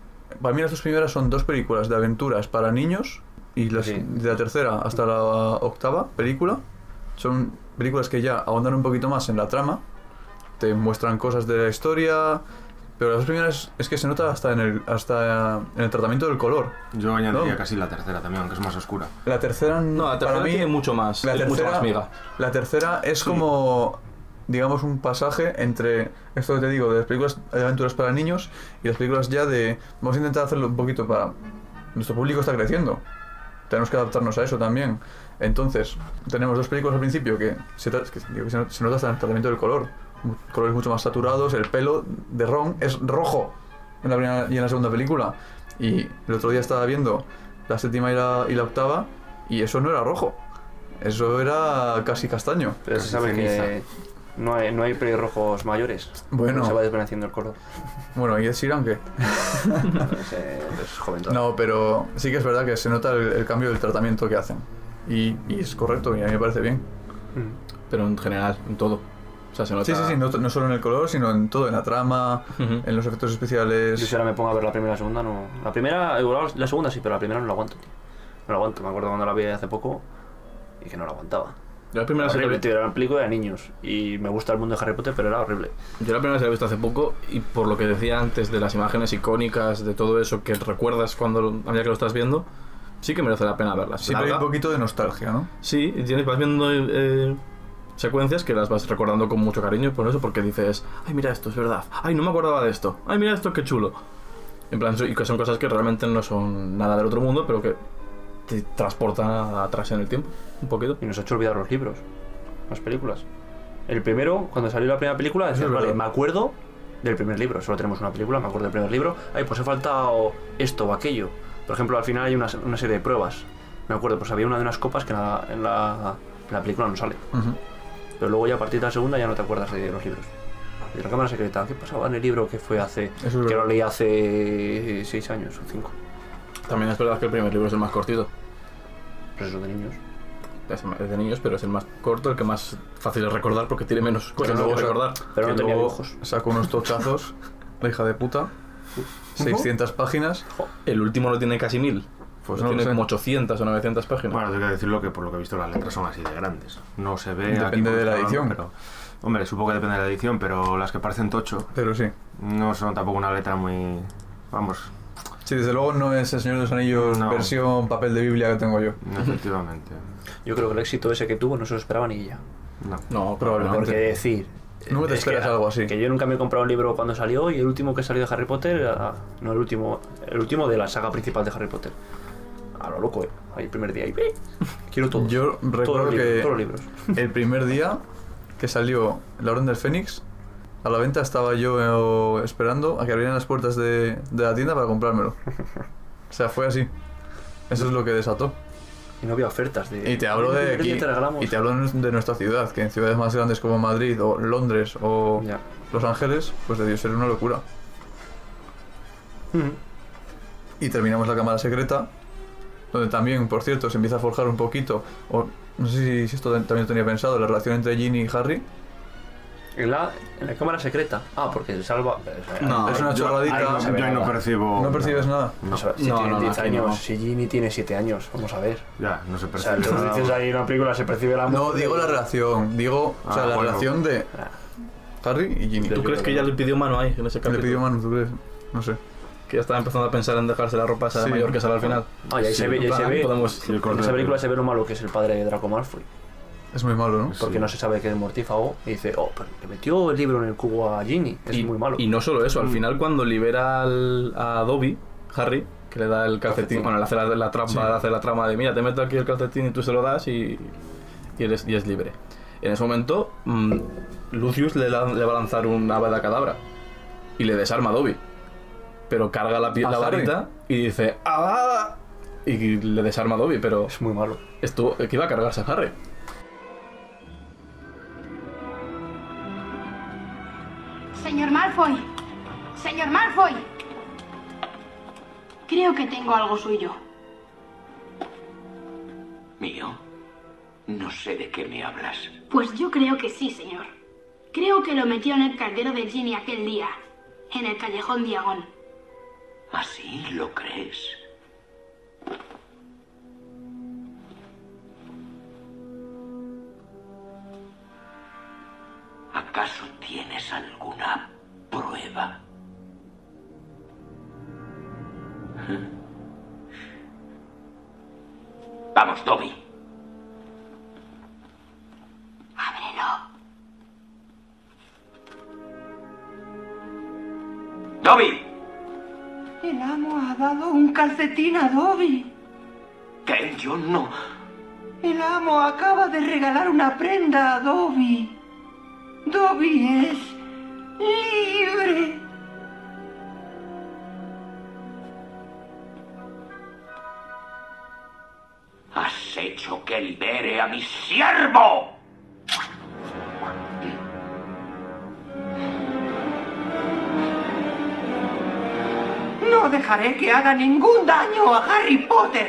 S1: Para mí las dos primeras son dos películas de aventuras para niños y las,
S3: Sí.
S1: de la tercera hasta la octava película son películas que ya ahondan un poquito más en la trama, te muestran cosas de la historia, pero las dos primeras es que se nota hasta en el hasta en el tratamiento del color.
S4: Yo añadiría
S1: No.
S4: casi la tercera también, aunque es más oscura.
S1: La tercera
S2: No, la tercera
S1: para mí
S2: tiene mucho más,
S1: la
S2: es mucho
S1: tercera-
S2: más miga.
S1: La tercera es como, digamos, un pasaje entre esto que te digo, de las películas de aventuras para niños y las películas ya de. Vamos a intentar hacerlo un poquito para. Nuestro público está creciendo. Tenemos que adaptarnos a eso también. Entonces, tenemos dos películas al principio que se, tra- que, digo, que se no- se nota hasta el tratamiento del color. Mu- Colores mucho más saturados, el pelo de Ron es rojo en la primera y en la segunda película. Y el otro día estaba viendo la séptima y la, y la octava y eso no era rojo. Eso era casi castaño.
S3: Pero se sabe que no hay, no hay pelirrojos mayores.
S1: Bueno.
S3: Se va desvaneciendo el color.
S1: Bueno, y Ed Sheeran que...
S3: Es, eh, es joven todavía.
S1: No, pero sí que es verdad que se nota el, el cambio del tratamiento que hacen. Y, y es correcto, y a mí me parece bien.
S3: Mm.
S2: Pero en general, en todo. O sea, se nota...
S1: Sí, sí, sí, no, no solo en el color, sino en todo, en la trama,
S2: Ujú.
S1: en los efectos
S3: Yo si
S1: especiales.
S3: ahora me pongo a ver la primera y la segunda, no. La primera, igual la segunda sí, pero la primera no la aguanto, tío. No la aguanto. Me acuerdo cuando la vi hace poco y que no la aguantaba.
S2: Yo la primera vez que la
S3: horrible,
S2: vi-
S3: tío. Era una película de niños. Y me gusta el mundo de Harry Potter, pero era horrible.
S2: Yo la primera vez la he visto hace poco y por lo que decía antes de las imágenes icónicas, de todo eso que recuerdas cuando lo- a medida que lo estás viendo, sí que merece la pena verla. Es
S1: Siempre hay un
S2: larga,
S1: poquito de nostalgia, ¿no?
S2: Sí, y tienes, vas viendo eh, secuencias que las vas recordando con mucho cariño por eso, porque dices, ay, mira esto, es verdad, ay, no me acordaba de esto, ay, mira esto, qué chulo. En plan, so- y que son cosas que realmente no son nada del otro mundo, pero que te transportan a- atrás en el tiempo, un poquito.
S3: Y nos ha hecho olvidar los libros, las películas. El primero, cuando salió la primera película, decías,
S1: es
S3: vale,
S1: verdad.
S3: me acuerdo del primer libro. Solo tenemos una película, me acuerdo del primer libro. Ay, pues ha faltado esto o aquello. Por ejemplo, al final hay una, una serie de pruebas. Me acuerdo, pues había una de unas copas que en la, en la- en la película no sale.
S1: Ujú.
S3: Pero luego ya a partir de la segunda ya no te acuerdas de los libros. De la cámara secreta, ¿qué pasaba en el libro que fue hace.
S1: Eso es
S3: que
S1: verdad.
S3: lo leí hace seis años o cinco?
S2: También es verdad que el primer libro es el más cortito,
S3: Pues eso de niños.
S2: es el de niños, pero es el más corto, el que más fácil de recordar porque tiene menos cosas
S1: luego
S2: luego
S1: sa-
S2: recordar.
S3: Pero
S1: Que
S3: no tenía
S1: luego
S3: dibujos.
S1: Saco unos tochazos, la hija de puta. 600 páginas.
S2: El último no tiene casi mil,
S1: Pues
S2: pues
S1: no lo
S2: tiene
S1: sé.
S2: como 800 o 900 páginas.
S4: Bueno, tengo que decirlo que por lo que he visto las letras son así de grandes. No se ve.
S1: Depende
S4: aquí por
S1: de la
S4: Instagram,
S1: edición.
S4: Pero, hombre, supongo que depende de la edición, pero las que parecen tocho
S1: Pero sí.
S4: no son tampoco una letra muy. Vamos,
S1: Sí, desde luego no es El Señor de los Anillos
S4: No.
S1: versión papel de Biblia que tengo yo.
S4: no, efectivamente.
S3: Yo creo que el éxito ese que tuvo no se lo esperaba ni ella.
S4: No.
S2: no,
S3: Porque
S1: Probablemente.
S3: decir.
S1: Nunca te
S3: es que-
S1: esperas algo así.
S3: Que yo nunca me he comprado un libro cuando salió y el último que salió de Harry Potter era- No, el último. El último de la saga principal de Harry Potter. A lo loco, eh. Ahí el primer día. Y ve. Quiero todo.
S1: Yo recuerdo que-
S3: Todos los libros.
S1: El primer día que salió La Orden del Fénix, a la venta estaba yo eh, esperando a que abrieran las puertas de, de la tienda para comprármelo. O sea, fue así. Eso es lo que desató.
S3: Y no había ofertas de.
S1: Y te hablo
S3: "Ven,
S1: de
S3: ven, ven,
S1: aquí,
S3: te regalamos".
S1: y te hablo de nuestra ciudad, que en ciudades más grandes como Madrid o Londres o
S3: Ya.
S1: Los Ángeles, pues debió ser una locura.
S3: Ujú.
S1: Y terminamos la cámara secreta, donde también, por cierto, se empieza a forjar un poquito, o no sé si- si esto también lo tenía pensado, la relación entre Ginny y Harry.
S3: En la, en la cámara secreta. Ah, porque se salva.
S2: No,
S1: es una
S4: yo-
S1: chorradita.
S4: ahí no se ve yo ahí no
S3: nada.
S4: percibo.
S1: No percibes nada.
S4: No,
S3: Eso, si
S2: No,
S3: tiene
S2: no, no,
S3: 10
S2: aquí
S3: años,
S2: no.
S3: si Ginny tiene 7 años, vamos a ver.
S4: Ya, no se
S3: O sea,
S4: percibe.
S3: tú
S4: nada.
S3: dices ahí en una película se percibe la
S1: No, digo la relación, digo, o sea,
S4: Ah,
S1: la
S4: bueno.
S1: relación de Harry y Ginny.
S2: ¿Tú crees que ella le pidió mano ahí en ese
S1: le
S2: capítulo?
S1: pidió mano, ¿tú crees? No sé.
S2: Que ya estaba empezando a pensar en dejarse la ropa esa de
S1: Sí.
S2: mayor que sale al final.
S3: Ah, y ahí se ve, y ahí
S2: En
S3: se
S2: plan,
S3: ve.
S2: podemos-
S4: Sí, el
S3: En
S4: corte
S3: esa
S4: de-
S3: película se ve lo malo que es el padre de Draco Malfoy.
S1: Es muy malo, ¿no?
S3: Porque
S4: Sí.
S3: no se sabe qué es mortífago. Y dice, oh, pero le metió el libro en el cubo a Ginny. Es
S2: y,
S3: muy malo.
S2: y no solo eso, al final cuando libera al- a Dobby, Harry, que le da el calcetín.
S4: Calcetín.
S2: Bueno, le hace la, la trampa,
S1: Sí.
S2: le hace la trama de mira, te meto aquí el calcetín y tú se lo das y, y, eres, y es libre. En ese momento, mm, Lucius le, la- le va a lanzar un avada cadabra y le desarma a Dobby. Pero carga la, pi-
S7: ¿A
S2: la
S7: Harry?
S2: varita y dice ¡Avada! Y le desarma a Dobby, pero
S3: Es muy malo.
S2: estuvo, que iba a cargarse a Harry.
S8: Señor Malfoy. Señor Malfoy. Creo que tengo algo suyo.
S6: ¿Mío? No sé de qué me hablas.
S8: Pues yo creo que sí, señor. Creo que lo metió en el caldero de Ginny aquel día, en el callejón Diagón.
S6: ¿Así lo crees? ¿Acaso tienes alguna prueba? ¿Eh? Vamos, Dobby.
S8: Ábrelo.
S6: ¡Dobby!
S9: El amo ha dado un calcetín a Dobby.
S6: ¿Qué? Yo no.
S9: El amo acaba de regalar una prenda a Dobby. Dobby es libre.
S6: Has hecho que libere a mi siervo.
S9: No dejaré que haga ningún daño a Harry Potter.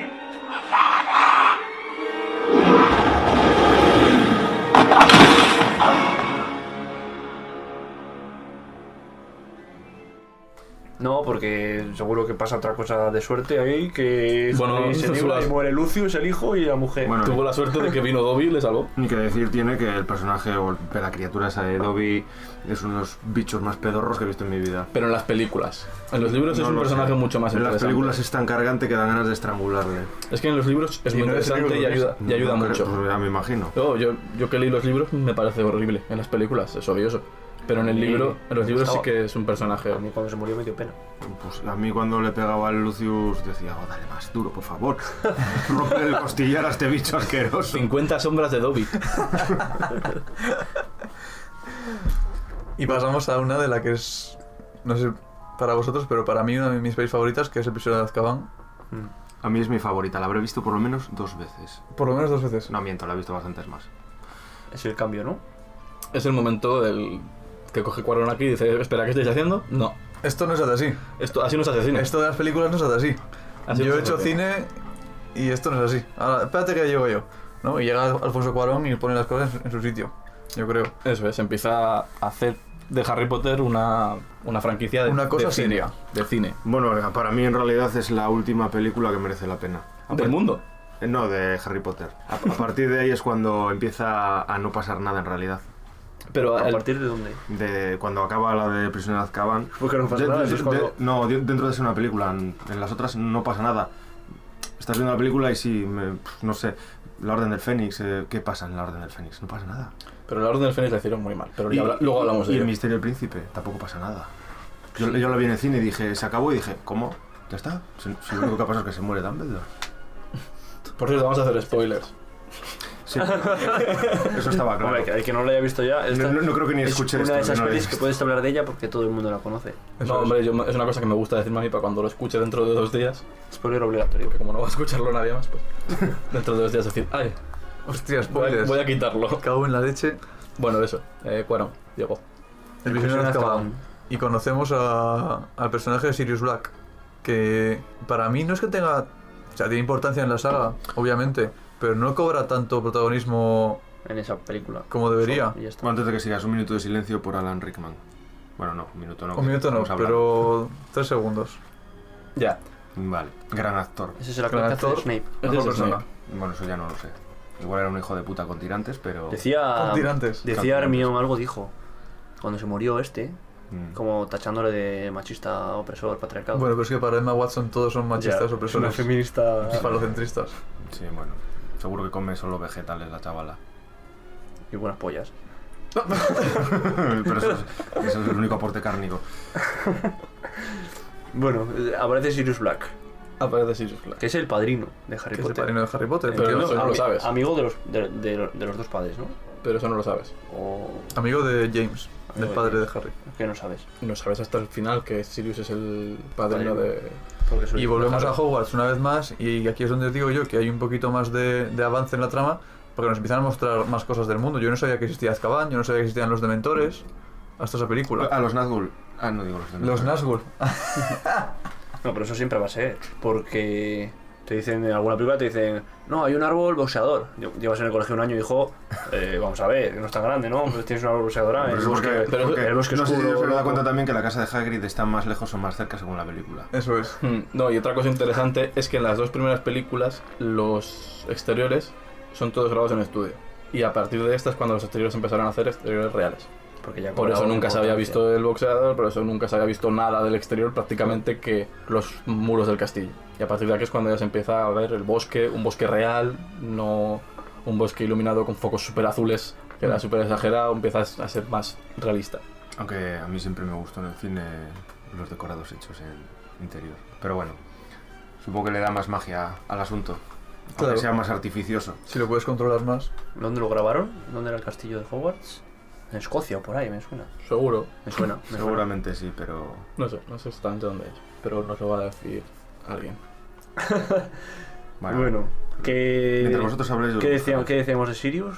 S3: No, porque seguro que pasa otra cosa de suerte ahí que
S2: Bueno,
S3: que se
S2: eso
S3: libra
S2: es-
S3: y muere Lucius, el hijo y la mujer.
S4: Bueno,
S2: Tuvo la suerte de que vino Dobby y le salvó.
S4: Ni que decir tiene que el personaje o el- la criatura esa de Dobby es uno de los bichos más pedorros que he visto en mi vida.
S2: Pero en las películas. En los libros
S4: No
S2: es un
S4: lo
S2: personaje
S4: sé.
S2: mucho más
S4: En las
S2: interesante.
S4: películas es tan cargante que dan ganas de estrangularle.
S2: Es que en los libros es
S7: Y
S2: muy
S7: no es
S2: interesante y
S7: libro,
S2: ayuda, y ayuda
S4: No,
S2: mucho.
S4: pues ya me imagino.
S2: Yo, yo, yo que leí los libros me parece horrible. En las películas es odioso. Pero en el
S3: Y
S2: libro, en los libros sí
S3: estaba-
S2: que es un personaje.
S3: A mí cuando se murió me dio pena.
S4: Pues a mí cuando le pegaba al Lucius decía, oh, dale más duro, por
S2: *laughs*
S4: favor. Rompe el costillar a este bicho asqueroso.
S2: 50 sombras de Dobby.
S1: Y pasamos a una de la que es, no sé para vosotros, pero para mí una de mis pelis favoritas, que es el prisionero de Azkaban,
S4: A mí es mi favorita, la habré visto por lo menos dos veces.
S1: por lo menos dos veces.
S4: No miento, la he visto bastantes más.
S3: Es el cambio, ¿no?
S2: *laughs* Es el momento del que coge Cuarón aquí y dice, espera, ¿qué estáis haciendo? No.
S1: Esto no es así.
S2: Esto así no se asesina.
S1: Esto de las películas no es así.
S2: Así
S1: yo
S2: no
S1: he
S2: se
S1: hecho
S2: hace.
S1: cine y esto no es así. Ahora, espérate que llego yo. ¿no? Y llega Alfonso Cuarón y pone las cosas en su sitio. Yo creo.
S2: Eso es, empieza a hacer de Harry Potter una, una franquicia de,
S1: Una cosa
S2: de cine.
S1: seria.
S2: De cine.
S4: Bueno, para mí en realidad es la última película que merece la pena.
S2: Del mundo. Ah,
S4: Eh, No, de Harry Potter. A, a partir de ahí es cuando empieza a no pasar nada en realidad.
S2: Pero
S3: ¿A
S2: el-
S3: partir de dónde?
S4: De cuando acaba la de Prisionero de Azkaban.
S3: Porque no pasa
S4: De-
S3: nada,
S4: de-
S3: eso es cuando-
S4: de- no, de- dentro de ser una película. En, en las otras no pasa nada. Estás viendo la película y sí, me- pf, no sé. La Orden del Fénix, eh, ¿qué pasa en la Orden del Fénix? No pasa nada.
S2: pero la Orden del Fénix la hicieron muy mal. Pero
S4: Y-
S2: ya habla- luego hablamos de
S4: Y
S2: ello.
S4: el Misterio del Príncipe, tampoco pasa nada. Yo, yo la vi en el cine y dije, se acabó y dije, ¿cómo? ¿Ya está? Si, si lo único que ha pasado es que se muere Dumbledore.
S2: Por cierto, vamos a hacer spoilers.
S4: Sí. Eso estaba claro.
S3: Hombre, que- el que no lo haya visto ya. esta-
S4: No, no- no creo que ni
S3: es
S4: escuche
S3: una
S4: esto,
S3: de esas
S4: no lo
S3: pelis
S4: he
S3: que
S4: visto.
S3: puedes hablar de ella porque todo el mundo la conoce.
S2: no, hombre, yo me- es una cosa que me gusta decirme a mí para cuando lo escuche dentro de dos días.
S3: Spoiler obligatorio.
S2: Porque como no va a escucharlo nadie más, pues dentro de dos días decir, ay,
S1: Hostia,
S2: voy a,
S1: spoilers.
S2: voy a quitarlo. *laughs*
S1: Cago en la leche.
S2: Bueno, eso, eh, Cuarón, llegó.
S1: El prisionero de Azkaban. Y conocemos a- al personaje de Sirius Black. Que para mí no es que tenga. O sea, tiene importancia en la saga, obviamente. Pero no cobra tanto protagonismo
S3: En esa película.
S1: como debería.
S3: Y ya está.
S4: Bueno, antes de que sigas, un minuto de silencio por Alan Rickman. Bueno, no, un minuto no.
S1: Un minuto no,
S4: vamos a hablar.
S1: pero. Tres segundos.
S2: Ya,
S4: Vale, gran actor.
S3: Ese es el
S1: Gran
S3: actor que hace de
S1: actor.
S3: Snape.
S2: Ese
S1: Mejor
S2: es
S1: persona.
S2: Snape.
S4: Bueno, eso ya no lo sé. Igual era un hijo de puta con tirantes, pero.
S3: Decía.
S1: Con tirantes.
S3: Decía
S4: Calculantes.
S3: Hermión algo dijo. Cuando se murió este,
S4: Mm.
S3: como tachándole de machista, opresor, patriarcado.
S1: Bueno, pero es que para Emma Watson todos son machistas,
S3: Ya,
S1: opresores, *laughs*
S3: Una feminista.
S1: falocentristas.
S4: Sí, bueno. Seguro que come solo vegetales la chavala. *laughs*
S3: Y buenas pollas.
S4: pero eso es, eso es el único aporte cárnico.
S3: Bueno, eh, aparece Sirius Black.
S2: Aparece Sirius Black.
S3: Que es el padrino de Harry
S1: que es el
S3: Potter. Eh,
S1: padrino de Harry Potter.
S2: Pero
S1: entiendo.
S2: eso no lo
S3: ami-
S2: sabes.
S3: Amigo de los, de, de los- de los dos padres, ¿no?
S2: Pero eso no lo sabes.
S3: O
S1: Amigo de James, del
S3: de
S1: padre de
S3: James.
S1: Harry.
S3: que no sabes.
S2: No sabes hasta el final que Sirius es el padrino
S3: Padrino.
S2: de.
S3: Porque soy-
S1: Y volvemos
S2: Harry.
S1: a Hogwarts una vez más, y aquí es donde os digo yo que hay un poquito más de, de avance en la trama, porque nos empiezan a mostrar más cosas del mundo. Yo no sabía que existía Azkaban, yo no sabía que existían los Dementores, hasta esa película.
S4: A los Nazgul. Ah, no digo los Nazgûl.
S1: Los Nazgûl.
S3: No, pero eso siempre va a ser. Porque te dicen en alguna película, te dicen, no, hay un árbol boxeador. Lle- Llevas en el colegio un año y dijo, eh, vamos a ver, que no es tan grande, ¿no? Pues tienes un árbol boxeador ah, en
S4: Pero
S3: el
S4: eso porque-
S3: bosque,
S4: porque-
S3: el bosque
S4: no sé si
S3: oscuro,
S4: se da
S3: loco".
S4: cuenta también que la casa de Hagrid está más lejos o más cerca según la película.
S1: Eso es.
S2: Hmm, No, y otra cosa interesante es que en las dos primeras películas los exteriores son todos grabados en estudio. Y a partir de estas cuando los exteriores empezaron a hacer exteriores reales.
S3: Porque ya
S2: Por eso
S3: cobraba
S2: nunca se había
S3: importancia.
S2: visto el boxeador, por eso nunca se había visto nada del exterior, prácticamente que los muros del castillo. Y a partir de aquí es cuando ya se empieza a ver el bosque, un bosque real, no un bosque iluminado con focos super azules, que era súper exagerado, empieza a ser más realista.
S4: Aunque a mí siempre me gustó en el cine los decorados hechos en interior. Pero bueno, supongo que le da más magia al asunto. Aunque
S1: Claro.
S4: sea más artificioso.
S1: Si lo puedes controlar más.
S3: ¿Dónde lo grabaron? ¿Dónde era el castillo de Hogwarts? En Escocia o por ahí, me suena.
S2: Seguro,
S3: Me suena. me suena.
S4: Seguramente sí, pero
S2: no sé, no sé exactamente dónde es, pero nos lo va a decir alguien.
S4: bueno.
S3: Bueno, que...
S4: Mientras vosotros habláis, yo
S3: ¿Qué
S4: lo
S3: decíamos,
S4: buscaré.
S3: ¿Qué decíamos de Sirius?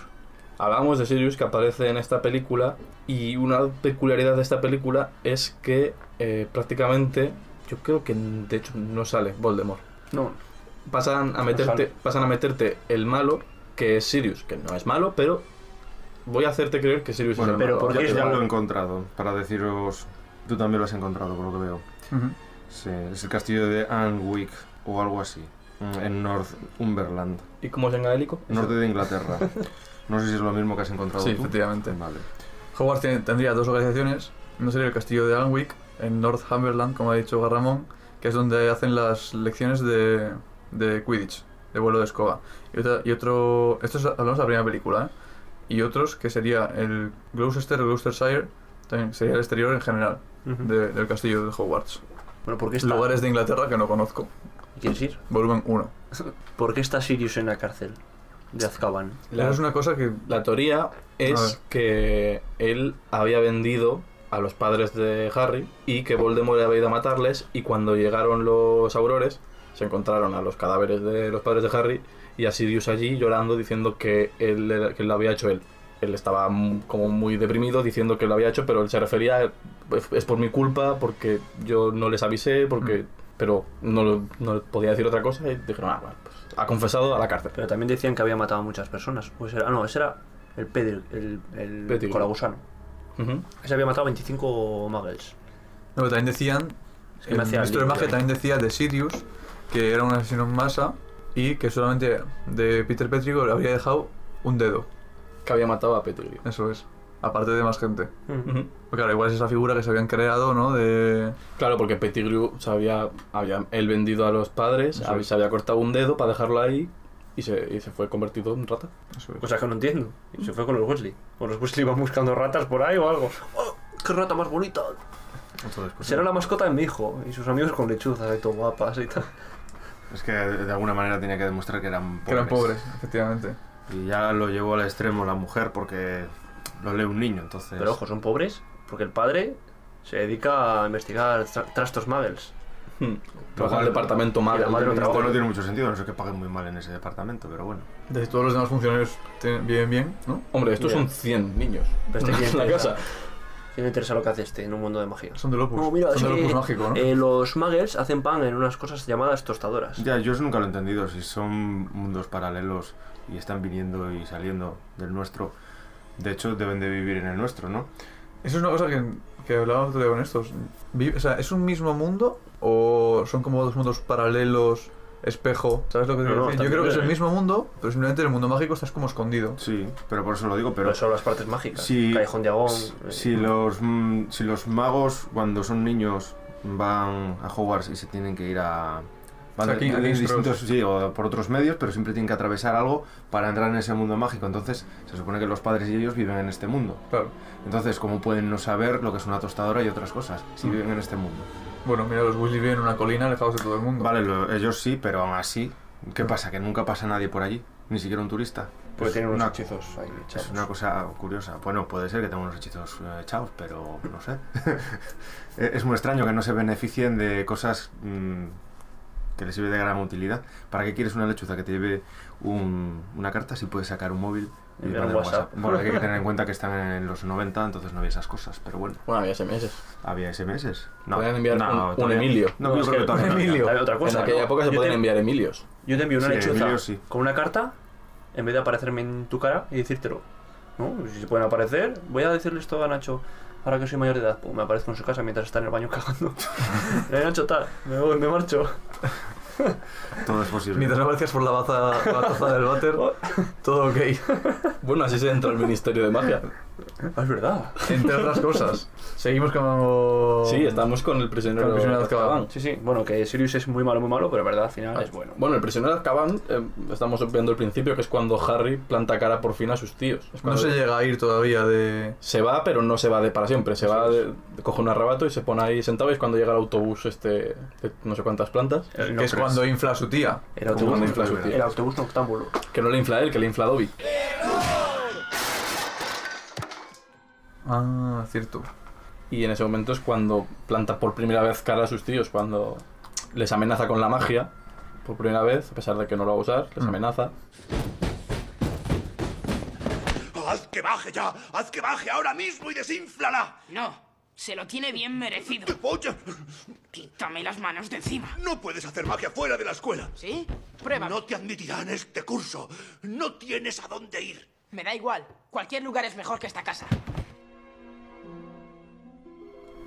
S2: Hablábamos de Sirius que aparece en esta película y una peculiaridad de esta película es que eh, prácticamente, yo creo que de hecho no sale Voldemort.
S3: No,
S2: Pasan a meterte, pasan a meterte el malo que es Sirius, que no es malo, pero voy a hacerte creer que Sirius
S4: Bueno,
S2: es el
S3: pero
S2: malo.
S3: ¿por
S4: Ya,
S3: qué es
S4: ya
S3: malo?
S4: lo he encontrado, para deciros... Tú también lo has encontrado, por lo que veo.
S1: Ujú.
S4: Sí, es el castillo de Anwick o algo así, mm, en Northumberland,
S2: ¿Y cómo es en gaélico?
S4: norte de
S3: *laughs*
S4: Inglaterra. No sé si es lo mismo que has encontrado
S1: Sí,
S4: tú.
S1: efectivamente.
S4: Vale.
S1: Hogwarts tiene- tendría dos organizaciones. Una sería el castillo de Alnwick, en Northumberland, como ha dicho Garramón, que es donde hacen las lecciones de, de Quidditch, de vuelo de escoba. Y, otra- y otro... Esto es, hablamos de la primera película, ¿eh? Y otros que sería el Gloucester, Gloucestershire, también sería el exterior en general
S3: Ujú.
S1: de- del castillo de Hogwarts.
S3: Bueno, ¿por qué está?
S1: Lugares de Inglaterra que no conozco.
S3: ¿Quieres ir?
S1: Volumen 1.
S3: ¿Por qué está Sirius en la cárcel de Azkaban?
S2: La-
S1: es una cosa que...
S2: La teoría es que él había vendido a los padres de Harry y que Voldemort había ido a matarles y cuando llegaron los aurores se encontraron a los cadáveres de los padres de Harry y a Sirius allí llorando diciendo que él, era- que lo había hecho él. Él estaba mm, como muy deprimido diciendo que lo había hecho, pero él se refería "Es- es por mi culpa porque yo no les avisé,
S3: Mm.
S2: porque pero no, lo- no podía decir otra cosa y dijeron, ah, bueno, pues, ha confesado a la cárcel.
S3: Pero también decían que había matado a muchas personas. Pues era, ah, no, ese era el Pedro, el, el
S2: Pettigrew.
S3: colagusano.
S2: Ujú.
S3: Ese había matado a 25 muggles.
S1: No, pero también decían
S3: Es que
S1: El
S3: me hacía
S1: ministro de
S3: lío,
S1: magia
S3: eh.
S1: también decía de Sirius que era un asesino en masa y que solamente de Peter Pettigrew le habría dejado un dedo.
S2: Que había matado a Pettigrew.
S1: Eso es. Aparte de más gente.
S3: Ujú.
S2: Ujú.
S1: Porque claro, igual es esa figura que se habían creado, ¿no? De...
S2: Claro, porque Pettigrew se había, había él vendido a los padres,
S1: Eso
S2: hab-
S1: es.
S2: se había cortado un dedo para dejarlo ahí y se, y se fue convertido en rata.
S1: Eso es.
S3: Cosas que no entiendo. Y se fue con los Wesley. O los Wesley iban buscando ratas por ahí o algo. ¡Oh, ¡Qué rata más bonita!
S4: Entonces, pues,
S3: Será la mascota de mi hijo. Y sus amigos con lechuzas y todo guapas y tal.
S4: Es que de de alguna manera tenía que demostrar que eran pobres.
S1: Que eran pobres, efectivamente.
S4: Y ya lo llevó al extremo la mujer porque lo lee un niño, entonces...
S3: Pero ojo, son pobres porque el padre se dedica a investigar tra- trastos muggles.
S2: Hmm. Trabaja en el departamento
S3: Y la
S2: madre.
S3: madre lo
S4: Tampoco
S3: trabaja.
S4: no tiene mucho sentido, a no sé que paguen muy mal en ese departamento, pero bueno.
S1: De todos los demás funcionarios te- viven bien, ¿no?
S2: Hombre, estos
S3: Ya.
S2: son 100 niños *laughs*
S3: Pero este tiene
S2: en la
S3: interesa-
S2: casa.
S3: tiene interesa lo que hace este en un mundo de magia.
S1: Son del Opus.
S3: No, mira, es
S1: Son del
S3: que,
S1: Opus mágico, ¿no?
S3: eh, los muggles hacen pan en unas cosas llamadas tostadoras.
S4: Ya, yo eso nunca lo he entendido, si son mundos paralelos y están viniendo y saliendo del nuestro. De hecho, deben de vivir en el nuestro, ¿no?
S1: Eso es una cosa que, que hablábamos otro día con estos. Vi- O sea, ¿es un mismo mundo o son como dos mundos paralelos, espejo? ¿Sabes lo que te
S3: No,
S1: quiero
S3: no,
S1: decir? Yo
S3: está
S1: creo que es el
S3: bien.
S1: mismo mundo, pero simplemente en el mundo mágico estás como escondido.
S4: Sí, pero por eso lo digo,
S3: Pero,
S4: pero...
S3: solo las partes mágicas.
S4: Si-
S3: Callejón de Agón. eh,
S4: Si los, mm, si los magos cuando son niños van a Hogwarts y se tienen que ir a... Van
S1: O sea,
S4: de-
S1: King- a
S4: de
S1: King's
S4: distintos, sí, o por otros medios, pero siempre tienen que atravesar algo para entrar en ese mundo mágico. Entonces, se supone que los padres y ellos viven en este mundo.
S1: Claro.
S4: Entonces, ¿cómo pueden no saber lo que es una tostadora y otras cosas si viven en este mundo?
S1: Bueno, mira, los Weasley viven en una colina alejados de todo el mundo.
S4: Vale, lo- ellos sí, pero aún así, ¿qué pasa? Que nunca pasa nadie por allí, ni siquiera un turista.
S3: Porque
S4: Es
S3: Pues tienen unos
S4: una-
S3: hechizos ahí echados.
S4: Es una cosa curiosa. Bueno, puede ser que tengan unos hechizos eh, echados, pero no sé. *laughs* Eh, es muy extraño que no se beneficien de cosas mm, que les sirve de gran utilidad. ¿Para qué quieres una lechuza que te lleve un- una carta si puedes sacar un móvil y
S3: Enviar
S4: mandar
S3: un
S4: un
S3: WhatsApp.
S4: Bueno, hay que tener
S3: *laughs*
S4: en cuenta que están en los 90, entonces no había esas cosas, pero bueno,
S2: Bueno, había SMS.
S4: había SMS. No,
S2: Podían enviar
S4: no,
S2: un- un
S4: todavía-
S2: Emilio.
S4: No,
S3: No,
S4: yo
S2: *laughs*
S3: es
S4: creo
S3: que-
S4: que todavía no había.
S3: *laughs* Emilio. Hay otra cosa,
S2: en aquella
S3: ¿no?
S2: época se
S3: Yo
S2: podían
S3: te-
S2: enviar Emilios.
S3: Yo te envío una
S4: Sí,
S3: lechuza
S4: Emilio sí.
S3: con una carta en vez de aparecerme en tu cara y decírtelo. ¿No? Si se pueden aparecer, voy a decirle esto a Nacho. Ahora que soy mayor de edad, Pum, me aparezco en su casa mientras está en el baño *laughs* cagando. Eh, Nacho, tal, me voy, me marcho.
S4: Todo es posible.
S1: Mientras no aparezcas por la baza, la taza del
S3: *laughs*
S1: váter, todo ok.
S2: *laughs* Bueno, así se entra al Ministerio de Magia.
S3: Ah, Es verdad.
S1: Entre otras cosas. Seguimos con...
S2: Sí, estamos con el prisionero,
S1: Con el prisionero de
S2: Azkaban. Ah,
S1: Azkaban.
S3: Sí, sí, bueno, que Sirius es muy malo, muy malo, pero en verdad al final es bueno.
S2: Bueno, el prisionero de Azkaban, eh, estamos viendo el principio, que es cuando Harry planta cara por fin a sus tíos. Es
S1: No
S2: cuando
S1: se llega a ir todavía de...
S2: se va, pero no se va de para siempre. Se va, de, coge un arrebato y se pone ahí sentado. Y es cuando llega el autobús este de no sé cuántas plantas.
S3: El,
S1: que es cuando infla a su tía.
S3: el autobús,
S2: cuando infla su tía.
S3: el autobús noctámbulo.
S2: Que no le infla él, que le infla Dobby.
S1: Ah, cierto.
S2: Y en ese momento es cuando planta por primera vez cara a sus tíos, cuando les amenaza con la magia. Por primera vez, a pesar de que no lo va a usar, les amenaza.
S6: ¡Haz que baje ya! ¡Haz que baje ahora mismo y desinflala!
S10: No, se lo tiene bien merecido.
S6: ¡Oye!
S10: Quítame las manos de encima.
S6: No puedes hacer magia fuera de la escuela.
S10: ¿Sí? Prueba.
S6: No te admitirán este curso. No tienes a dónde ir.
S10: Me da igual. Cualquier lugar es mejor que esta casa.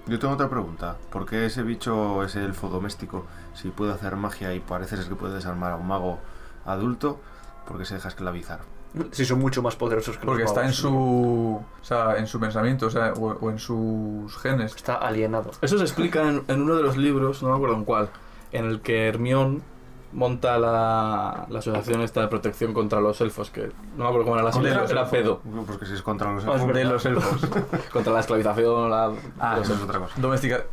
S4: Yo tengo otra pregunta. ¿Por qué ese bicho, ese elfo doméstico, si puede hacer magia y parece ser que puede desarmar a un mago adulto, ¿por qué se deja esclavizar?
S3: Sí, son mucho más poderosos que los
S1: Porque está en
S3: magos.
S1: su... O sea, en su pensamiento, o sea, o, o en sus genes.
S3: Está alienado.
S2: Eso se explica en, en uno de los libros, no me acuerdo en cuál, en el que Hermión monta la, la asociación esta de protección contra los elfos, que no me acuerdo cómo era la sigla,
S1: los
S2: era PEDO,
S4: Porque si es contra los
S3: es
S4: elfos,
S1: De los elfos.
S2: contra la esclavización, la,
S4: ah, eso
S2: los
S4: es
S2: elfos.
S4: otra cosa.
S1: *laughs* Domestica...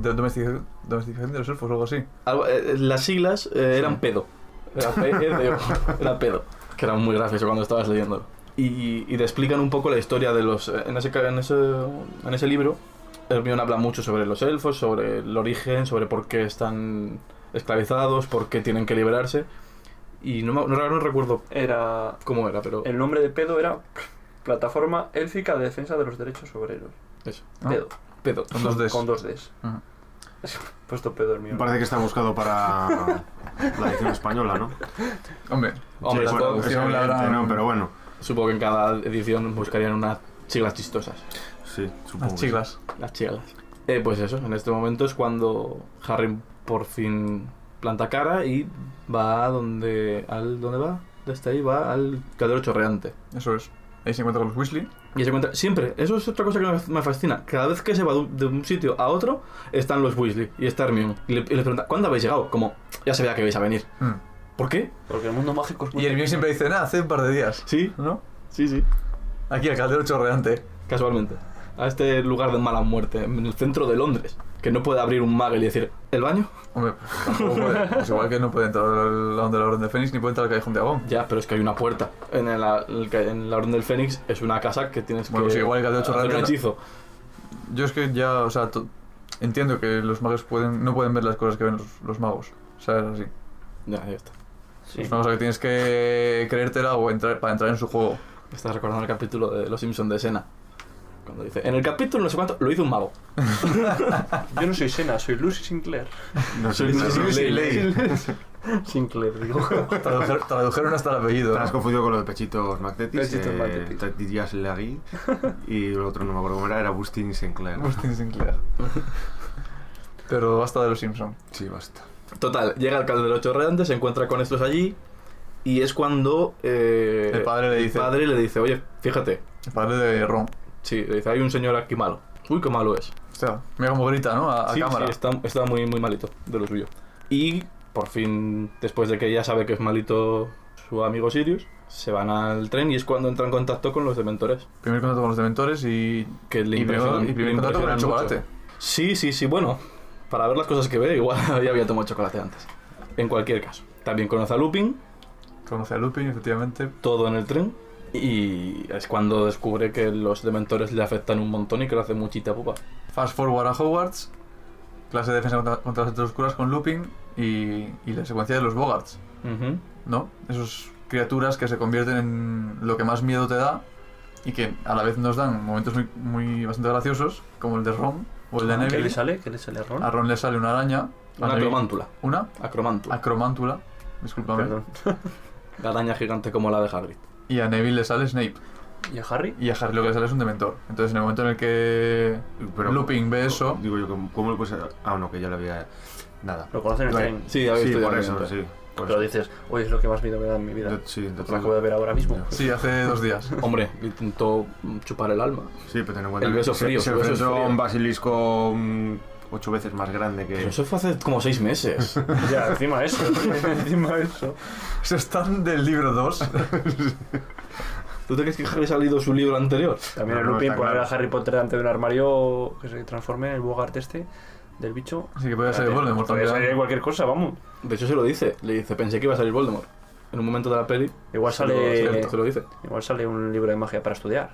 S1: de- domestica- Domesticación de los elfos o algo así.
S2: Algo- eh, eh, las siglas eh, eran pedo. Era, PEDO, era pedo. Que era muy gracioso cuando estabas leyéndolo. Y, y te explican un poco la historia de los. eh, En ese, ca- en ese, en ese libro, Hermione habla mucho sobre los elfos, sobre el origen, sobre por qué están esclavizados, por qué tienen que liberarse. Y no, me- no, no recuerdo
S3: Era.
S2: cómo era, pero.
S3: El nombre de pedo era Plataforma Élfica de Defensa de los Derechos Obreros.
S2: Eso.
S1: Ah.
S3: Pedo.
S2: Pedo.
S1: Con dos Ds. Ah.
S3: Con dos Ds.
S1: Ajá.
S3: Puesto pedo el mío.
S4: Me Parece que está buscado para la edición española, ¿no?
S1: Hombre,
S2: Hombre,
S1: la
S4: es
S2: esto-
S1: traducción la
S4: evidente,
S1: habrán-
S4: no, pero bueno.
S2: Supongo que en cada edición buscarían unas siglas chistosas.
S4: Sí, supongo.
S1: Las
S4: que
S1: chicas.
S2: Las chicas. Eh, pues eso, en este momento es cuando Harry por fin planta cara y va a donde. Al, ¿Dónde va? Desde ahí va al caldero chorreante.
S1: Eso es. Ahí se encuentran los Weasley.
S2: Y se encuentra. Siempre, eso es otra cosa que me- me fascina. Cada vez que se va de un- de un sitio a otro, están los Weasley y está Hermione. Y le, y les pregunta, ¿cuándo habéis llegado? Como, ya sabía que ibais a venir.
S1: Mm.
S2: ¿Por qué?
S3: Porque el mundo mágico es muy.
S1: Y el mío siempre dice, nada, hace un par de días.
S2: Sí,
S1: ¿No?
S2: sí, sí.
S1: Aquí el caldero chorreante.
S2: Casualmente. A este lugar de mala muerte, en el centro de Londres. Que no puede abrir un muggle y decir, ¿el baño?
S1: Hombre, pues, tampoco *laughs* puede. Pues igual que no puede entrar al lado de la Orden de Fénix ni puede entrar al Callejón de Agón.
S2: Ya, pero es que hay una puerta. En la, el ca- en la Orden del Fénix es una casa que tienes
S1: Bueno,
S2: que.
S1: pues igual que el de ocho
S2: hacer un
S1: realmente
S2: hechizo.
S1: Yo es que ya, o sea, to- entiendo que los magos pueden, no pueden ver las cosas que ven los, los magos. O sea, es así.
S2: Ya, ya está.
S3: Sí.
S1: Es una cosa que tienes que creértela o entrar, para entrar en su *laughs* juego.
S2: Me estás recordando el capítulo de Los Simpsons de Sena. Cuando dice, en el capítulo no sé cuánto, lo hizo un mago.
S3: Yo no soy Sena, soy Lucy Sinclair.
S4: No sé,
S2: Soy-
S4: te
S2: soy-
S4: has-
S2: soy-
S1: *laughs*
S3: Sinclair, digo.
S1: Tradujer- tradujeron hasta el apellido.
S4: te has
S1: ¿no?
S4: confundido con lo de Pechitos Magnetis,
S3: Pechitos
S4: eh,
S3: Magnetis.
S4: Tatillas Lagui y el otro no me acuerdo cómo era, era
S1: *laughs*
S4: Bustin Sinclair.
S1: Agustín Sinclair. Pero basta de los Simpson.
S4: Sí, basta.
S2: Total, llega el caldero chorreante, se encuentra con estos allí. Y es cuando. eh,
S1: El padre le
S2: el
S1: dice-
S2: padre le dice, oye, fíjate.
S1: El padre de Ron.
S2: Sí, le dice, hay un señor aquí malo. Uy, qué malo es.
S1: O sea, mira cómo grita, ¿no? A, a
S2: sí,
S1: cámara.
S2: sí, está, está muy, muy malito de lo suyo. Y por fin, después de que ya sabe que es malito su amigo Sirius, se van al tren y es cuando entra en contacto con los dementores.
S1: Primer contacto con los dementores y.
S2: Que le
S1: y, primer,
S2: impresionan-
S1: y primer
S2: le
S1: contacto con el
S2: impresionan mucho.
S1: chocolate.
S2: Sí, sí, sí, bueno. Para ver las cosas que ve, igual *laughs* ya había tomado chocolate antes. En cualquier caso, también conoce a Lupin.
S1: Conoce a Lupin, efectivamente.
S2: Todo en el tren. Y es cuando descubre que los dementores le afectan un montón y que lo hace muchita pupa.
S1: Fast forward a Hogwarts, clase de defensa contra, contra las artes oscuras con Lupin y, y la secuencia de los Bogarts.
S2: Ujú.
S1: ¿no? Esas criaturas que se convierten en lo que más miedo te da y que a la vez nos dan momentos muy, muy bastante graciosos, como el de Ron o
S2: Ah,
S1: el de
S3: ¿Qué le
S1: Neville. Ah,
S3: sale? ¿Qué le sale a Ron?
S1: A Ron le sale una araña.
S2: Una
S1: A Neville-
S2: cromántula.
S1: ¿Una?
S2: Acromantua.
S1: Acromántula, discúlpame.
S3: Perdón.
S2: La araña gigante como la de Hagrid.
S1: Y a Neville le sale Snape.
S3: ¿Y a Harry?
S1: Y a Harry lo que le sale es un dementor. Entonces, en el momento en el que
S4: Pero-
S1: Lupin ve eso,
S4: Digo yo, ¿cómo, cómo le puedes...? Ah, no, que ya lo había... Nada.
S3: Lo conocen en el
S4: Vale.
S3: tren.
S2: Sí, había
S4: Sí,
S2: visto ya
S4: por
S2: el
S4: eso,
S2: momento.
S4: sí.
S1: Pues
S4: por
S3: Pero
S4: eso.
S3: dices, hoy es lo que más miedo me da en mi vida.
S4: Yo- sí,
S3: Lo
S4: entonces-
S3: acabo de ver
S1: *laughs*
S3: ahora mismo.
S1: sí, hace dos días.
S2: Hombre, le intentó mm, chupar el alma.
S4: Sí, pero ten en cuenta
S2: El beso
S4: que se-
S2: frío,
S4: se
S2: el beso es
S4: enfrentó a
S2: frío.
S4: un basilisco mm, ocho veces más grande que...
S2: Pero eso fue hace como seis meses.
S3: Ya, encima eso. *laughs* encima eso.
S1: Se están del libro *laughs* 2.
S2: ¿Tú te crees que Harry ha salido su libro anterior?
S3: También
S4: No,
S3: el
S4: no,
S3: Lupin
S4: está
S3: poner
S4: claro.
S3: a Harry Potter delante de un armario que se transforme en el Bogart este del bicho.
S1: Así que puede ser
S3: Espérate,
S1: Voldemort
S3: podría
S1: también.
S3: salir cualquier cosa, vamos.
S2: De hecho, se lo dice. Le dice, pensé que iba a salir Voldemort. En un momento de la peli.
S3: Igual
S2: se lo-
S3: sale-
S2: se lo- se lo dice.
S3: Igual sale un libro de magia para estudiar.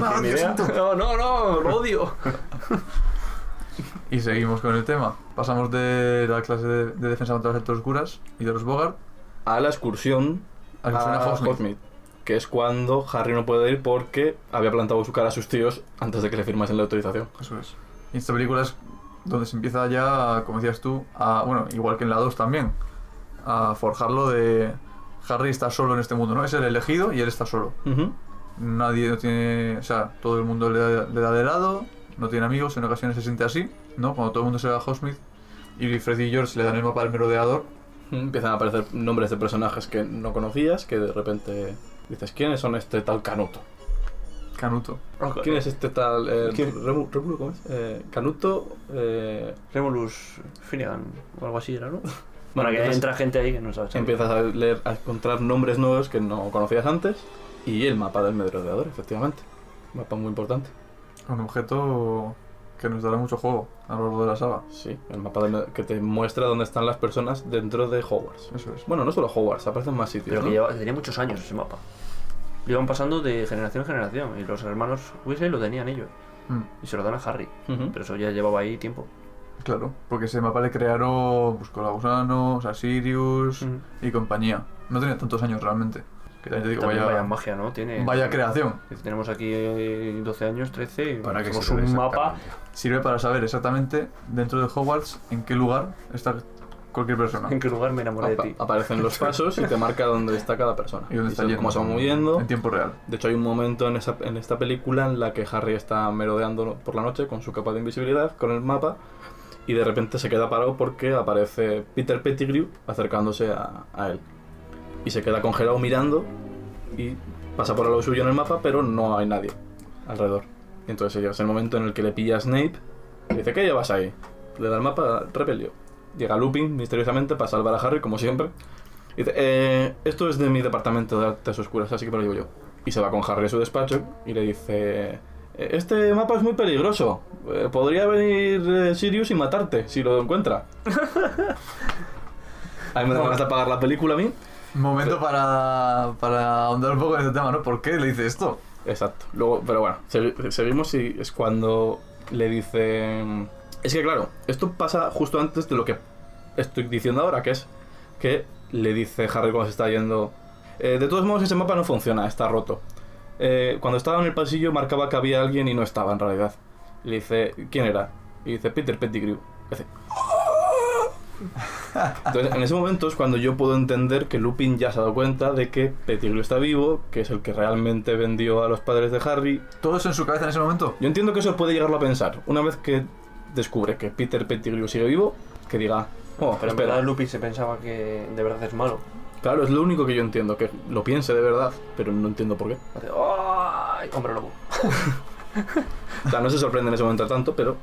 S1: Ah,
S3: Ni
S1: Dios
S3: idea.
S1: santo.
S2: No, no, no, lo odio.
S1: Y seguimos con el tema. Pasamos de la clase de, de defensa contra las artes oscuras y de los Bogart
S2: *laughs* A la excursión
S1: a que suena Hogsmeade.
S2: Hogsmeade, Que es cuando Harry no puede ir porque había plantado su cara a sus tíos antes de que le firmasen la autorización.
S1: Eso es. Y esta película es donde se empieza ya, como decías tú, a, bueno, igual que en la 2 también, a forjarlo de Harry está solo en este mundo, ¿no? Es el elegido y él está solo. Nadie no tiene, o sea, todo el mundo le da, le da de lado, no tiene amigos, en ocasiones se siente así, ¿no? Cuando todo el mundo se va a Hogsmeade y Freddy y George le dan el mapa al merodeador,
S2: Mm, Empiezan a aparecer nombres de personajes que no conocías, que de repente dices, ¿quiénes son este tal Canuto?
S1: Canuto.
S2: ¿Quién es este tal... eh, Remu- Remulo, ¿cómo es? Eh, Canuto... eh,
S3: Remulus Finnegan o algo así era, ¿no?
S2: Bueno,
S3: Bueno, que
S2: entonces-
S3: entra gente ahí que no sabes.
S2: Empiezas a leer, a encontrar nombres nuevos que no conocías antes y el mapa del merodeador, efectivamente. Un mapa muy importante.
S1: Un objeto que nos dará mucho juego a lo largo de la saga.
S2: Sí, el mapa del med- que te muestra dónde están las personas dentro de Hogwarts.
S1: Eso es.
S2: Bueno, no solo Hogwarts, aparecen más sitios.
S3: Pero que
S2: ¿no?
S3: lleva, tenía muchos años ese mapa. Lo iban pasando de generación en generación y los hermanos Weasley lo tenían ellos
S1: Mm,
S3: y se lo dan a Harry.
S2: Ujú.
S3: Pero eso ya llevaba ahí tiempo.
S1: claro, porque ese mapa le crearon Buscó la Gusano, o sea, Sirius
S3: Mm.
S1: y compañía. No tenía tantos años realmente. Que también te digo,
S3: También
S1: vaya,
S3: vaya
S1: vaya,
S3: magia, ¿no? Tiene,
S1: creación.
S3: Tenemos aquí eh, 12 años, 13 y
S4: ¿Para qué
S3: tenemos
S4: sirve
S3: un mapa.
S4: exactamente?
S1: Sirve para saber exactamente dentro de Hogwarts en qué lugar está cualquier persona.
S3: ¿En qué lugar me enamoré de
S2: Apa-
S3: ti?
S2: aparecen los pasos y te marca dónde está cada
S3: *laughs*
S2: persona.
S1: Y dónde está
S2: son-
S1: yendo.
S2: cómo se va moviendo.
S1: En tiempo real.
S2: De hecho, hay un momento en, esa- en esta película en la que Harry está merodeando por la noche con su capa de invisibilidad, con el mapa, y de repente se queda parado porque aparece Peter Pettigrew acercándose a, a él. Y se queda congelado mirando y pasa por al lado suyo en el mapa, pero no hay nadie alrededor. Y entonces llega ese momento en el que le pilla a Snape y dice, ¿qué llevas ahí? Le da el mapa, repelió. Llega Lupin misteriosamente para salvar a Harry, como siempre. Y dice, "Eh, esto es de mi departamento de artes oscuras, así que me lo llevo yo. Y se va con Harry a su despacho y le dice, "Eh, este mapa es muy peligroso. Eh, podría venir eh, Sirius y matarte si lo encuentra. *laughs* a mí me da ganas de apagar la película a mí.
S1: Momento para, para ahondar un poco en este tema, ¿no? ¿Por qué le dice esto?
S2: Exacto. Luego, pero bueno, segui- seguimos y es cuando le dice... Es que claro, esto pasa justo antes de lo que estoy diciendo ahora, que es que le dice Harry cuando se está yendo... "Eh, de todos modos, ese mapa no funciona, está roto. Eh, cuando estaba en el pasillo marcaba que había alguien y no estaba en realidad. Y le dice, ¿quién era? Y dice, Peter Pettigrew. Y hace, entonces, en ese momento es cuando yo puedo entender que Lupin ya se ha dado cuenta de que Pettigrew está vivo, que es el que realmente vendió a los padres de Harry.
S1: ¿Todo eso en su cabeza en ese momento?
S2: Yo entiendo que eso puede llegarlo a pensar. Una vez que descubre que Peter Pettigrew sigue vivo, que diga, oh,
S3: Pero en
S2: espera.
S3: verdad Lupin se pensaba que de verdad es malo.
S2: Claro, es lo único que yo entiendo, que lo piense de verdad, pero no entiendo por qué.
S3: Hace, ¡Ay, hombre lobo!
S2: O sea, no se sorprende en ese momento tanto, pero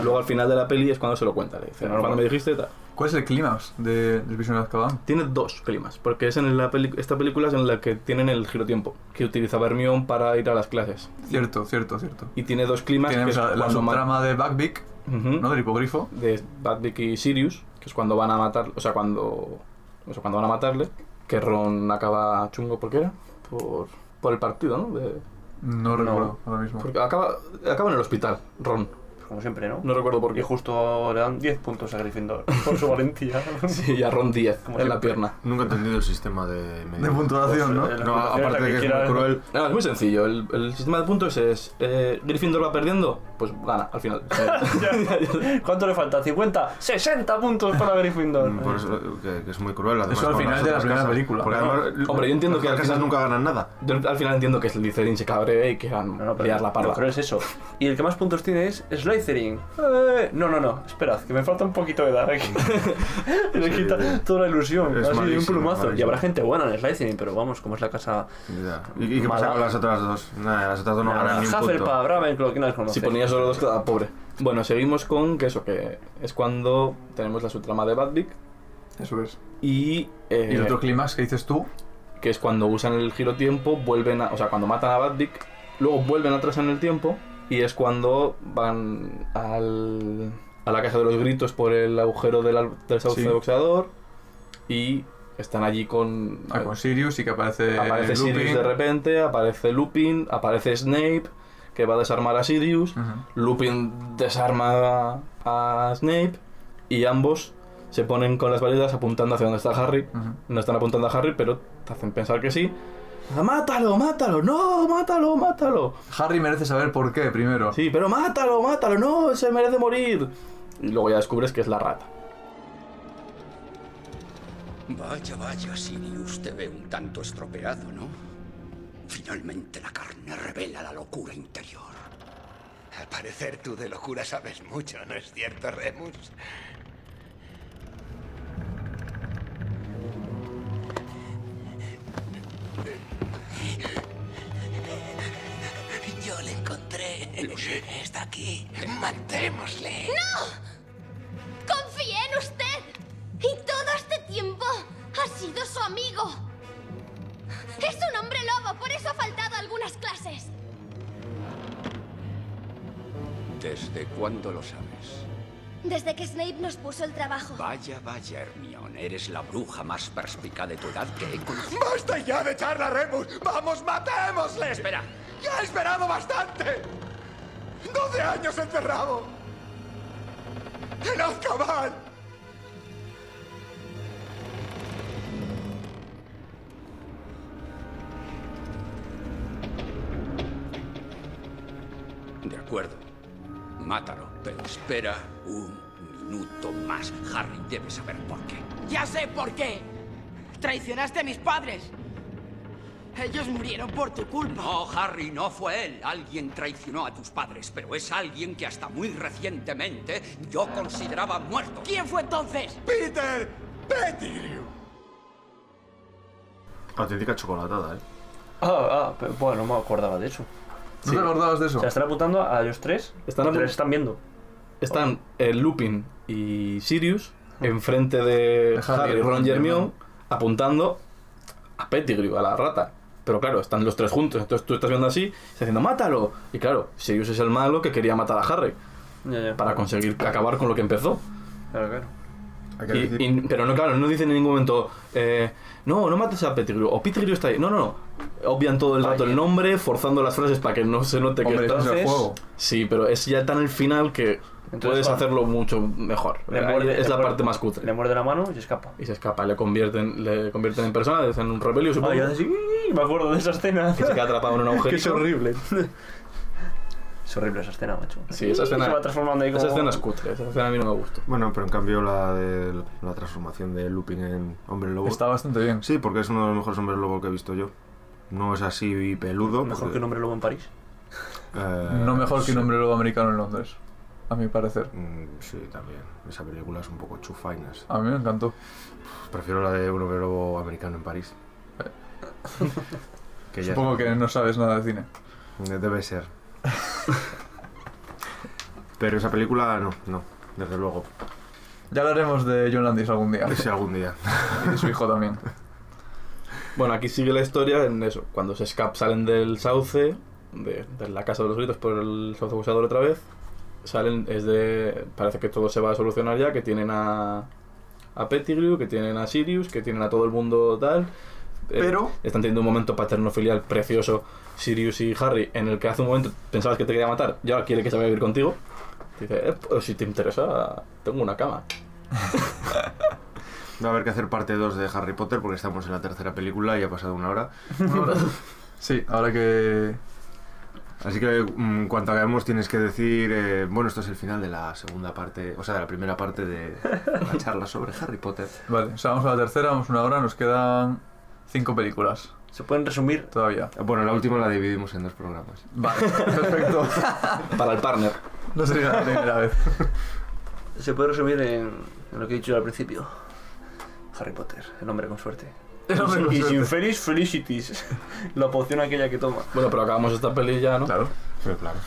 S2: luego al final de la peli es cuando se lo cuenta. Le dice,
S3: Pero no
S2: cuando
S3: lo-
S2: me dijiste, tal.
S1: ¿Cuál es el clímax de, del Prisionero de Azkaban?
S2: Tiene dos primas, porque es en la peli- esta película es en la que tienen el girotiempo, que utilizaba Hermión para ir a las clases.
S1: Cierto, cierto, cierto.
S2: Y tiene dos climas
S1: Tenemos
S2: que es
S1: la, la
S2: cuando ma- ¿Mm?
S1: subtrama de Buckbeak,
S11: ¿no? Del hipogrifo.
S2: De Batwick y Sirius, que es cuando van a matar, o sea, cuando, o sea, cuando van a matarle, que Ron acaba chungo, ¿por qué era? Por, por el partido, ¿no? De-
S11: No recuerdo ahora mismo.
S2: porque acaba, acaba en el hospital, Ron.
S3: Como siempre, ¿no?
S2: No recuerdo por
S3: Y
S2: qué.
S3: justo le dan 10 puntos a Gryffindor *laughs* por su valentía.
S2: Sí, *laughs* y a Ron 10 en
S3: Como
S2: la pierna.
S4: Nunca he entendido el sistema de...
S11: De puntuación,
S2: Pues,
S11: ¿no?
S4: No, aparte de que, es muy cruel.
S2: No, es muy sencillo. El, el sistema de puntos es: eh, Gryffindor va perdiendo, pues gana al
S3: *laughs*
S2: final.
S3: ¿Cuánto le falta? ¿50? ¡60 puntos para Gryffindor!
S4: mm, Por eso, que, que es muy cruel. además,
S11: Eso al
S4: con
S11: final
S4: las
S11: de la
S4: otras
S11: primera
S4: casas.
S11: película.
S4: Porque además,
S2: Hombre, yo entiendo que
S4: las
S2: al
S4: casas
S2: final-
S4: nunca ganan nada.
S2: Yo al final entiendo que el Slytherin se cabree y que van
S3: No, no, pero
S2: liar la parda.
S3: no creo es eso. Y el que más puntos tiene es Slytherin. Eh, no, no, no. Esperad, que me falta un poquito de edad
S2: *laughs*
S3: aquí. Le
S4: Sí.
S3: quita toda la ilusión.
S4: Es
S3: así, de un
S4: malísimo,
S3: plumazo. Y
S4: malísimo.
S3: habrá gente buena en Slytherin, pero vamos, como es la casa...
S4: Ya. ¿Y, y qué
S3: Mala.
S4: pasa con las otras dos? Nada, las otras dos no ganan ni un punto.
S3: Hufflepuff, Ravenclaw, que no las conoce.
S2: Si ponía solo dos, quedaba pobre. Bueno, seguimos con que eso, que es cuando tenemos la subtrama de Badvik
S11: Eso es.
S2: y, eh,
S11: Y el otro clímax que dices tú,
S2: que es cuando usan el giro tiempo, vuelven a, o sea, cuando matan a Badvik, luego vuelven atrás en el tiempo y es cuando van al, a la casa de los gritos por el agujero del, al- del sauce
S11: Sí.
S2: de boxeador y están allí con...
S11: ah, con Sirius y que aparece,
S2: eh, aparece
S11: Lupin.
S2: Sirius de repente, aparece Lupin, aparece Snape, que va a desarmar a Sirius.
S11: Ujú.
S2: Lupin desarma a, a Snape y ambos se ponen con las varitas apuntando hacia donde está Harry.
S11: Ujú.
S2: No están apuntando a Harry, pero te hacen pensar que sí. Ah, ¡Mátalo, mátalo! ¡No, mátalo, mátalo!
S11: Harry merece saber por qué primero.
S2: Sí, pero mátalo, mátalo, no, se merece morir. Y luego ya descubres que es la rata.
S6: Vaya, vaya, Sirius, te ve un tanto estropeado, ¿no? Finalmente la carne revela la locura interior.
S12: Al parecer tú de locura sabes mucho, ¿no es cierto, Remus? Yo le encontré. Está aquí. Matémosle.
S8: Confié en usted. Y todo este tiempo ha sido su amigo. Es un hombre lobo, por eso ha faltado a algunas clases.
S6: ¿Desde cuándo lo sabes?
S8: Desde que Snape nos puso el trabajo.
S6: Vaya, vaya, Hermione, eres la bruja más perspicaz de tu edad que he conocido.
S12: ¡Basta ya de charla, Remus! ¡Vamos, matémosle! Espera. Ya he esperado bastante. 12 años encerrado. En Azkaban.
S6: De acuerdo, mátalo, pero espera un minuto más. Harry debe saber por qué.
S10: Ya sé por qué. Traicionaste a mis padres. Ellos murieron por tu culpa.
S6: No, Harry, no fue él. Alguien traicionó a tus padres, pero es alguien que hasta muy recientemente yo consideraba muerto.
S10: ¿Quién fue entonces?
S12: ¡Peter! ¡Pettigrew!
S4: Auténtica chocolatada, ¿eh?
S3: Ah, ah, pero, bueno, no me acordaba de eso.
S11: ¿No te acordabas de
S3: O
S11: eso?
S3: sea, están apuntando a los tres.
S2: Están
S3: los
S2: apu-
S3: tres están viendo.
S2: Están eh, Lupin y Sirius enfrente de
S11: De Harry,
S2: Harry, Ron y Hermione
S11: Hermione.
S2: apuntando a Pettigrew, a la rata. Pero claro, están los tres juntos, entonces tú estás viendo así, estás diciendo ¡mátalo! Y claro, Sirius es el malo que quería matar a Harry
S3: Ya, ya.
S2: para conseguir acabar con lo que empezó.
S3: Claro, claro.
S4: Hay que
S2: Y-
S4: decir-
S2: y- pero no, claro, no dicen en ningún momento, eh, no, no mates a Pettigrew, o Pettigrew está ahí. No, no, no. Obvian todo el rato el nombre, forzando las frases para que no se note
S11: Hombre,
S2: que
S11: eso es el
S3: entonces-
S11: juego.
S2: Sí, pero es ya tan el final que puedes
S3: va.
S2: hacerlo mucho mejor.
S3: Le
S2: Ahí
S3: muerde-
S2: es
S3: le
S2: la
S3: muerde-
S2: parte más cutre.
S3: Le muerde la mano y se escapa.
S2: Y se escapa, le convierten, le convierten en persona, en un rebelio, supongo.
S3: Ah, y hace así, "Ii", me acuerdo de esa
S2: *laughs*
S3: escena.
S2: que se queda atrapado en
S3: *laughs*
S2: un agujero.
S3: Que es horrible. es horrible esa escena, macho.
S2: Sí, esa
S3: Y
S2: escena-
S3: Se va transformando ahí como...
S2: Esa escena es cutre, esa escena a mí no me gusta.
S4: Bueno, pero en cambio la de la transformación de Lupin en hombre lobo.
S11: Está bastante bien.
S4: Sí, porque es uno de los mejores hombres lobo que he visto yo. No es así y peludo.
S3: Mejor
S4: porque,
S3: que un hombre lobo en París.
S4: eh,
S11: No mejor que un
S4: sí.
S11: hombre lobo americano en Londres, a mi parecer.
S4: Mm, Sí, también. Esa película es un poco chufainas.
S11: A mí me encantó.
S4: Prefiero la de un hombre lobo americano
S11: *laughs*
S4: en París. que ya Eh,
S11: Supongo que no sabes nada de cine.
S4: Debe ser. Pero esa película no, no, desde luego. Pues
S11: Ya hablaremos de John Landis algún día.
S4: Si algún día.
S11: Y de su hijo
S4: *laughs*
S11: también.
S2: Bueno, aquí sigue la historia en eso. Cuando se escapan, salen del sauce, de, de la casa de los gritos por el sauce acusador otra vez. salen es de parece que todo se va a solucionar ya que tienen a a Pettigrew que tienen a Sirius que tienen a todo el mundo tal Eh,
S1: Pero-
S2: están teniendo un momento paterno-filial precioso Sirius y Harry en el que hace un momento pensabas que te quería matar y ahora quiere que se vaya a vivir contigo dice "Eh, pues si te interesa tengo una cama
S4: Va a haber que hacer parte 2 de Harry Potter porque estamos en la tercera película y ha pasado una hora.
S13: sí, ahora que...
S4: Así que mm, cuanto acabemos tienes que decir, eh, bueno, esto es el final de la segunda parte, o sea, de la primera parte de *laughs* la charla sobre Harry Potter.
S1: Vale, o sea, vamos a la tercera, vamos una hora, nos quedan cinco películas.
S3: ¿Se pueden resumir?
S1: Todavía.
S4: Bueno, la última la dividimos en dos programas. *laughs*
S1: Vale, perfecto.
S2: para el partner
S1: No sería la primera vez.
S3: Se puede resumir en, en lo que he dicho al principio. Harry Potter, el hombre con
S2: *laughs*
S3: suerte.
S1: El hombre
S3: Y-
S1: con
S3: y
S1: suerte.
S3: sin Feliz Felicities, *laughs* la poción aquella que toma.
S2: Bueno, pero acabamos esta peli ya, ¿no? Claro.
S4: Pero claro.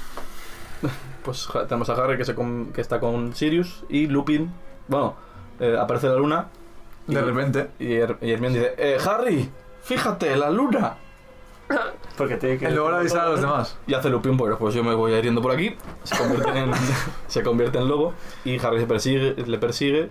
S2: Pues ja- tenemos a Harry que, se con- que está con Sirius y Lupin. Bueno, eh, aparece la luna.
S1: De repente.
S2: Y, Her- y Hermione dice: "Eh, Harry, fíjate, la luna.
S3: Porque tiene que.
S2: En lugar de avisar a los demás. Y hace Lupin, bueno, pues yo me voy hiriendo por aquí. Se convierte en, *laughs* se convierte en lobo. Y Harry se persigue, le persigue.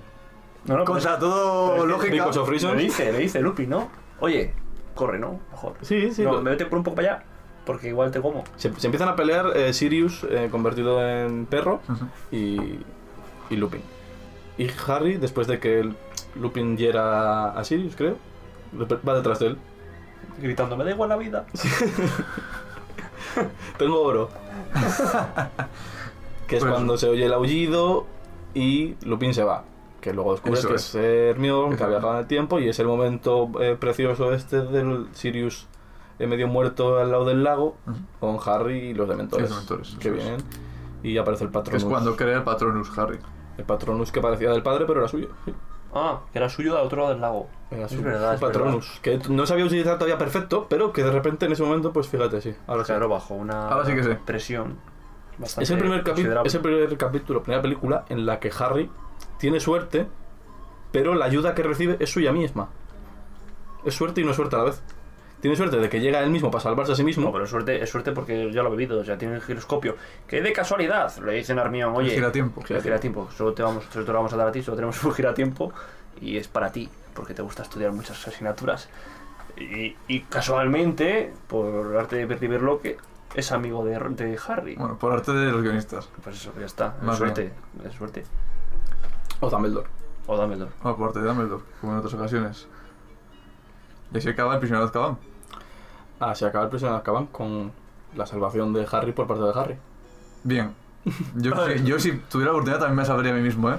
S3: No, no,
S2: Contra
S3: Pero
S2: todo
S3: es que-
S2: Because of reasons.
S3: Le dice, le dice Lupi, ¿no? Oye, corre, ¿no? Mejor.
S2: Sí, sí.
S3: No,
S2: lo-
S3: me vete por un poco para allá, porque igual te como.
S2: Se, se empiezan a pelear eh, Sirius eh, convertido en perro y, y Lupin. Y Harry, después de que el- Lupin hiera a Sirius, creo, le pe- va detrás de él.
S3: Gritando, me da igual la vida.
S1: *laughs*
S2: Tengo oro. que es
S1: Pues-
S2: cuando se oye el aullido y Lupin se va. Que luego descubres
S1: Eso
S2: que
S1: es.
S2: es Hermione, que ha viajado en el tiempo y es el momento eh, precioso este del Sirius eh, medio muerto al lado del lago con Harry y los dementores.
S1: Sí, los dementores,
S2: que
S1: eso es.
S2: vienen y aparece el
S1: Que
S2: Patronus.
S1: es cuando crea el Patronus Harry.
S2: El Patronus que parecía del padre, pero era suyo. sí.
S3: Ah, que era suyo del otro lado del lago.
S2: Era
S3: Es
S2: suyo.
S3: verdad, es
S2: Patronus. Que no sabía utilizar todavía perfecto, pero que de repente en ese momento, pues fíjate, sí. Ahora
S3: Claro,
S2: sí.
S3: bajo una
S2: Ahora sí que sí.
S3: presión.
S2: Es el, primer capi-
S3: capítulo.
S2: es el primer capítulo, primera película en la que Harry tiene suerte, pero la ayuda que recibe es suya misma. Es suerte y no es suerte a la vez. Tiene suerte de que llega él mismo para salvarse a sí mismo.
S3: No, pero es suerte, es suerte porque ya lo ha bebido, o sea, tiene el giroscopio. Que de casualidad, le dicen a Hermione, oye.
S1: El giratiempo.
S3: El giratiempo, solo te, vamos, solo te lo vamos a dar a ti, solo tenemos *laughs* un giratiempo y es para ti, porque te gusta estudiar muchas asignaturas. Y, y casualmente, por arte de percibir lo que es amigo de, de Harry.
S2: Ah.
S1: Bueno, por arte de los guionistas.
S3: Pues eso, ya está, es
S1: Más
S3: suerte, es suerte.
S2: O Dumbledore.
S3: O Dumbledore.
S1: Bueno, por arte de Dumbledore, como en otras ocasiones. Y así acaba el prisionero de Azkaban.
S2: Ah, se acaba el prisionero de Azkaban con la salvación de Harry por parte de Harry.
S1: Bien. Yo, si, yo si tuviera la oportunidad también me salvaría a mí mismo, ¿eh?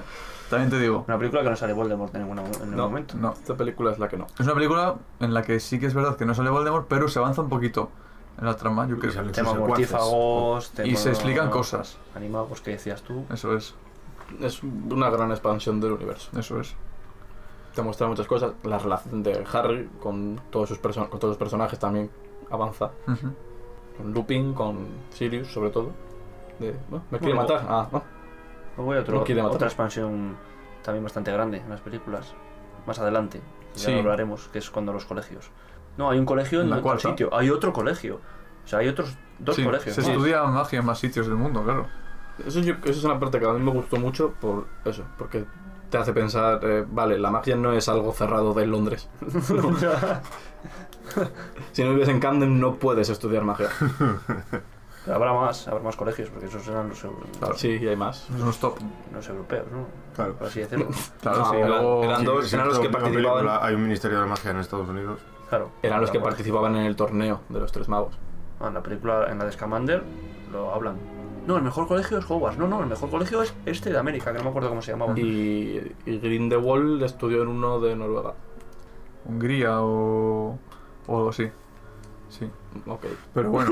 S1: También te digo.
S3: Una película que no sale Voldemort en, ninguna, en ningún
S1: No,
S3: momento.
S1: no.
S2: Esta película es la que no.
S1: Es una película en la que sí que es verdad que no sale Voldemort, pero se avanza un poquito en la trama, yo creo.
S3: Tema mortífagos, tema
S1: Y se explican cosas.
S3: Animagos que decías tú.
S1: Eso es.
S2: Es una gran expansión del universo.
S1: Eso es.
S2: Te muestra muchas cosas. La relación de Harry con todos sus, perso- con todos los personajes también avanza.
S1: Ujú.
S2: Con Lupin, con Sirius, sobre todo. De, "Bueno, me quiere
S3: Bueno,
S2: matar. Ah, no.
S3: Luego hay otro-
S2: No quiere matar.
S3: otra expansión también bastante grande en las películas. Más adelante, ya
S2: Sí.
S3: lo hablaremos, que es cuando los colegios. No, hay un colegio en,
S1: La
S3: otro
S1: cuarta.
S3: sitio, hay otro colegio. O sea, hay otros dos
S1: Sí,
S3: colegios.
S1: Se
S3: más.
S1: estudia magia en más sitios del mundo, claro.
S2: Eso, yo- eso es una parte que a mí me gustó mucho por eso, porque te hace pensar, eh, vale, la magia no es algo cerrado de Londres. si no vives en Camden no puedes estudiar magia.
S3: Habrá más, habrá más colegios, porque esos eran los, eu-
S2: Sí, y hay más.
S1: Es un stop.
S3: los europeos, ¿no? Claro. Por así decirlo.
S2: *laughs*
S3: Ah,
S2: Claro, sí,
S3: eran-
S2: luego-
S3: eran-
S2: Ah, Eran
S4: Sí,
S2: dos,
S4: sí,
S2: eran los
S4: esta
S2: que
S4: última
S2: participaban.
S4: película, Hay un Ministerio de la Magia en Estados Unidos.
S3: claro.
S2: Eran los que
S3: Ah, bueno.
S2: participaban en el torneo de los tres magos.
S3: Ah, en la película, en la de Scamander, lo hablan. No, el mejor colegio es Hogwarts. No, no, el mejor colegio es este de América, que no me acuerdo cómo se llamaba.
S2: Y, y Grindelwald estudió en uno de Noruega.
S1: Hungría o, o algo así. Sí.
S2: Ok.
S1: Pero bueno.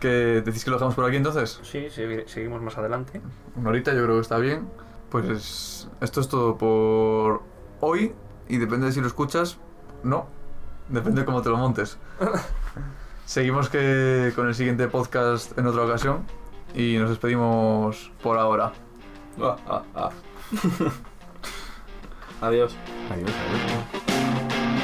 S1: ¿Qué decís que lo dejamos por aquí entonces?
S3: Sí, segui- seguimos más adelante.
S1: Una horita yo creo que está bien. Pues esto es todo por hoy. Y depende de si lo escuchas. No. Depende de cómo te lo montes. Seguimos que con el siguiente podcast en otra ocasión. Y nos despedimos por ahora.
S2: Ah, ah, ah. *laughs* Adiós.
S4: Adiós, adiós.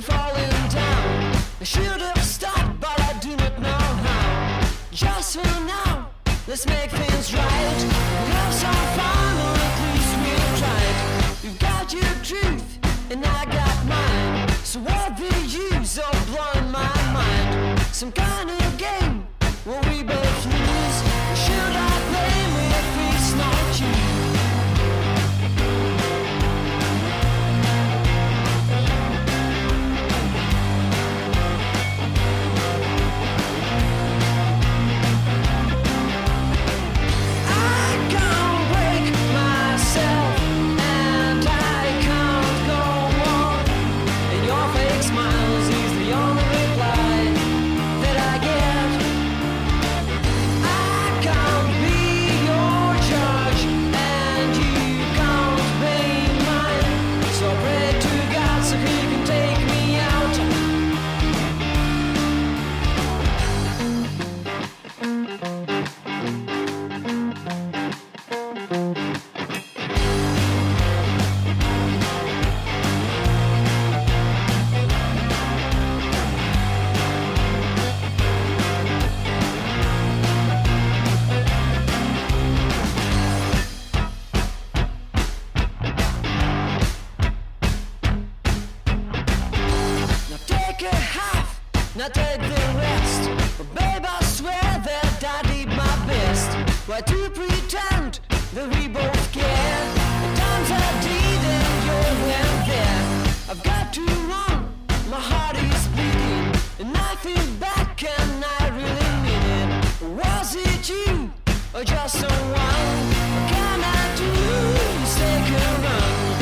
S9: falling down. I should have stopped, but I do not know how. Just for now, let's make things right. Have some fun, or at least we tried. You got your truth, and I got mine. So what the use of blowing my mind? Some kind of game where we both lose. Should I blame if it's not you? Take me out. Now take a half, now take the rest. But babe, I swear that I did my best. Why to pretend that we both care? The times I did and you went there. I've got to run, my heart is bleeding. And I feel back and I really mean it. Was it you or just someone? What can I do? Take a run.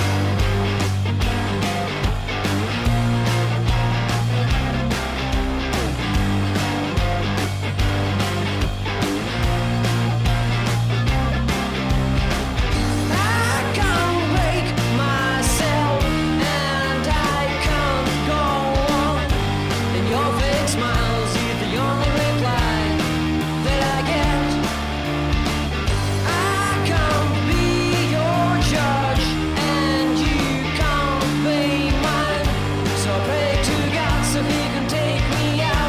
S9: Take me out.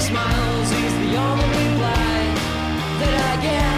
S9: Smiles is the only reply that I get.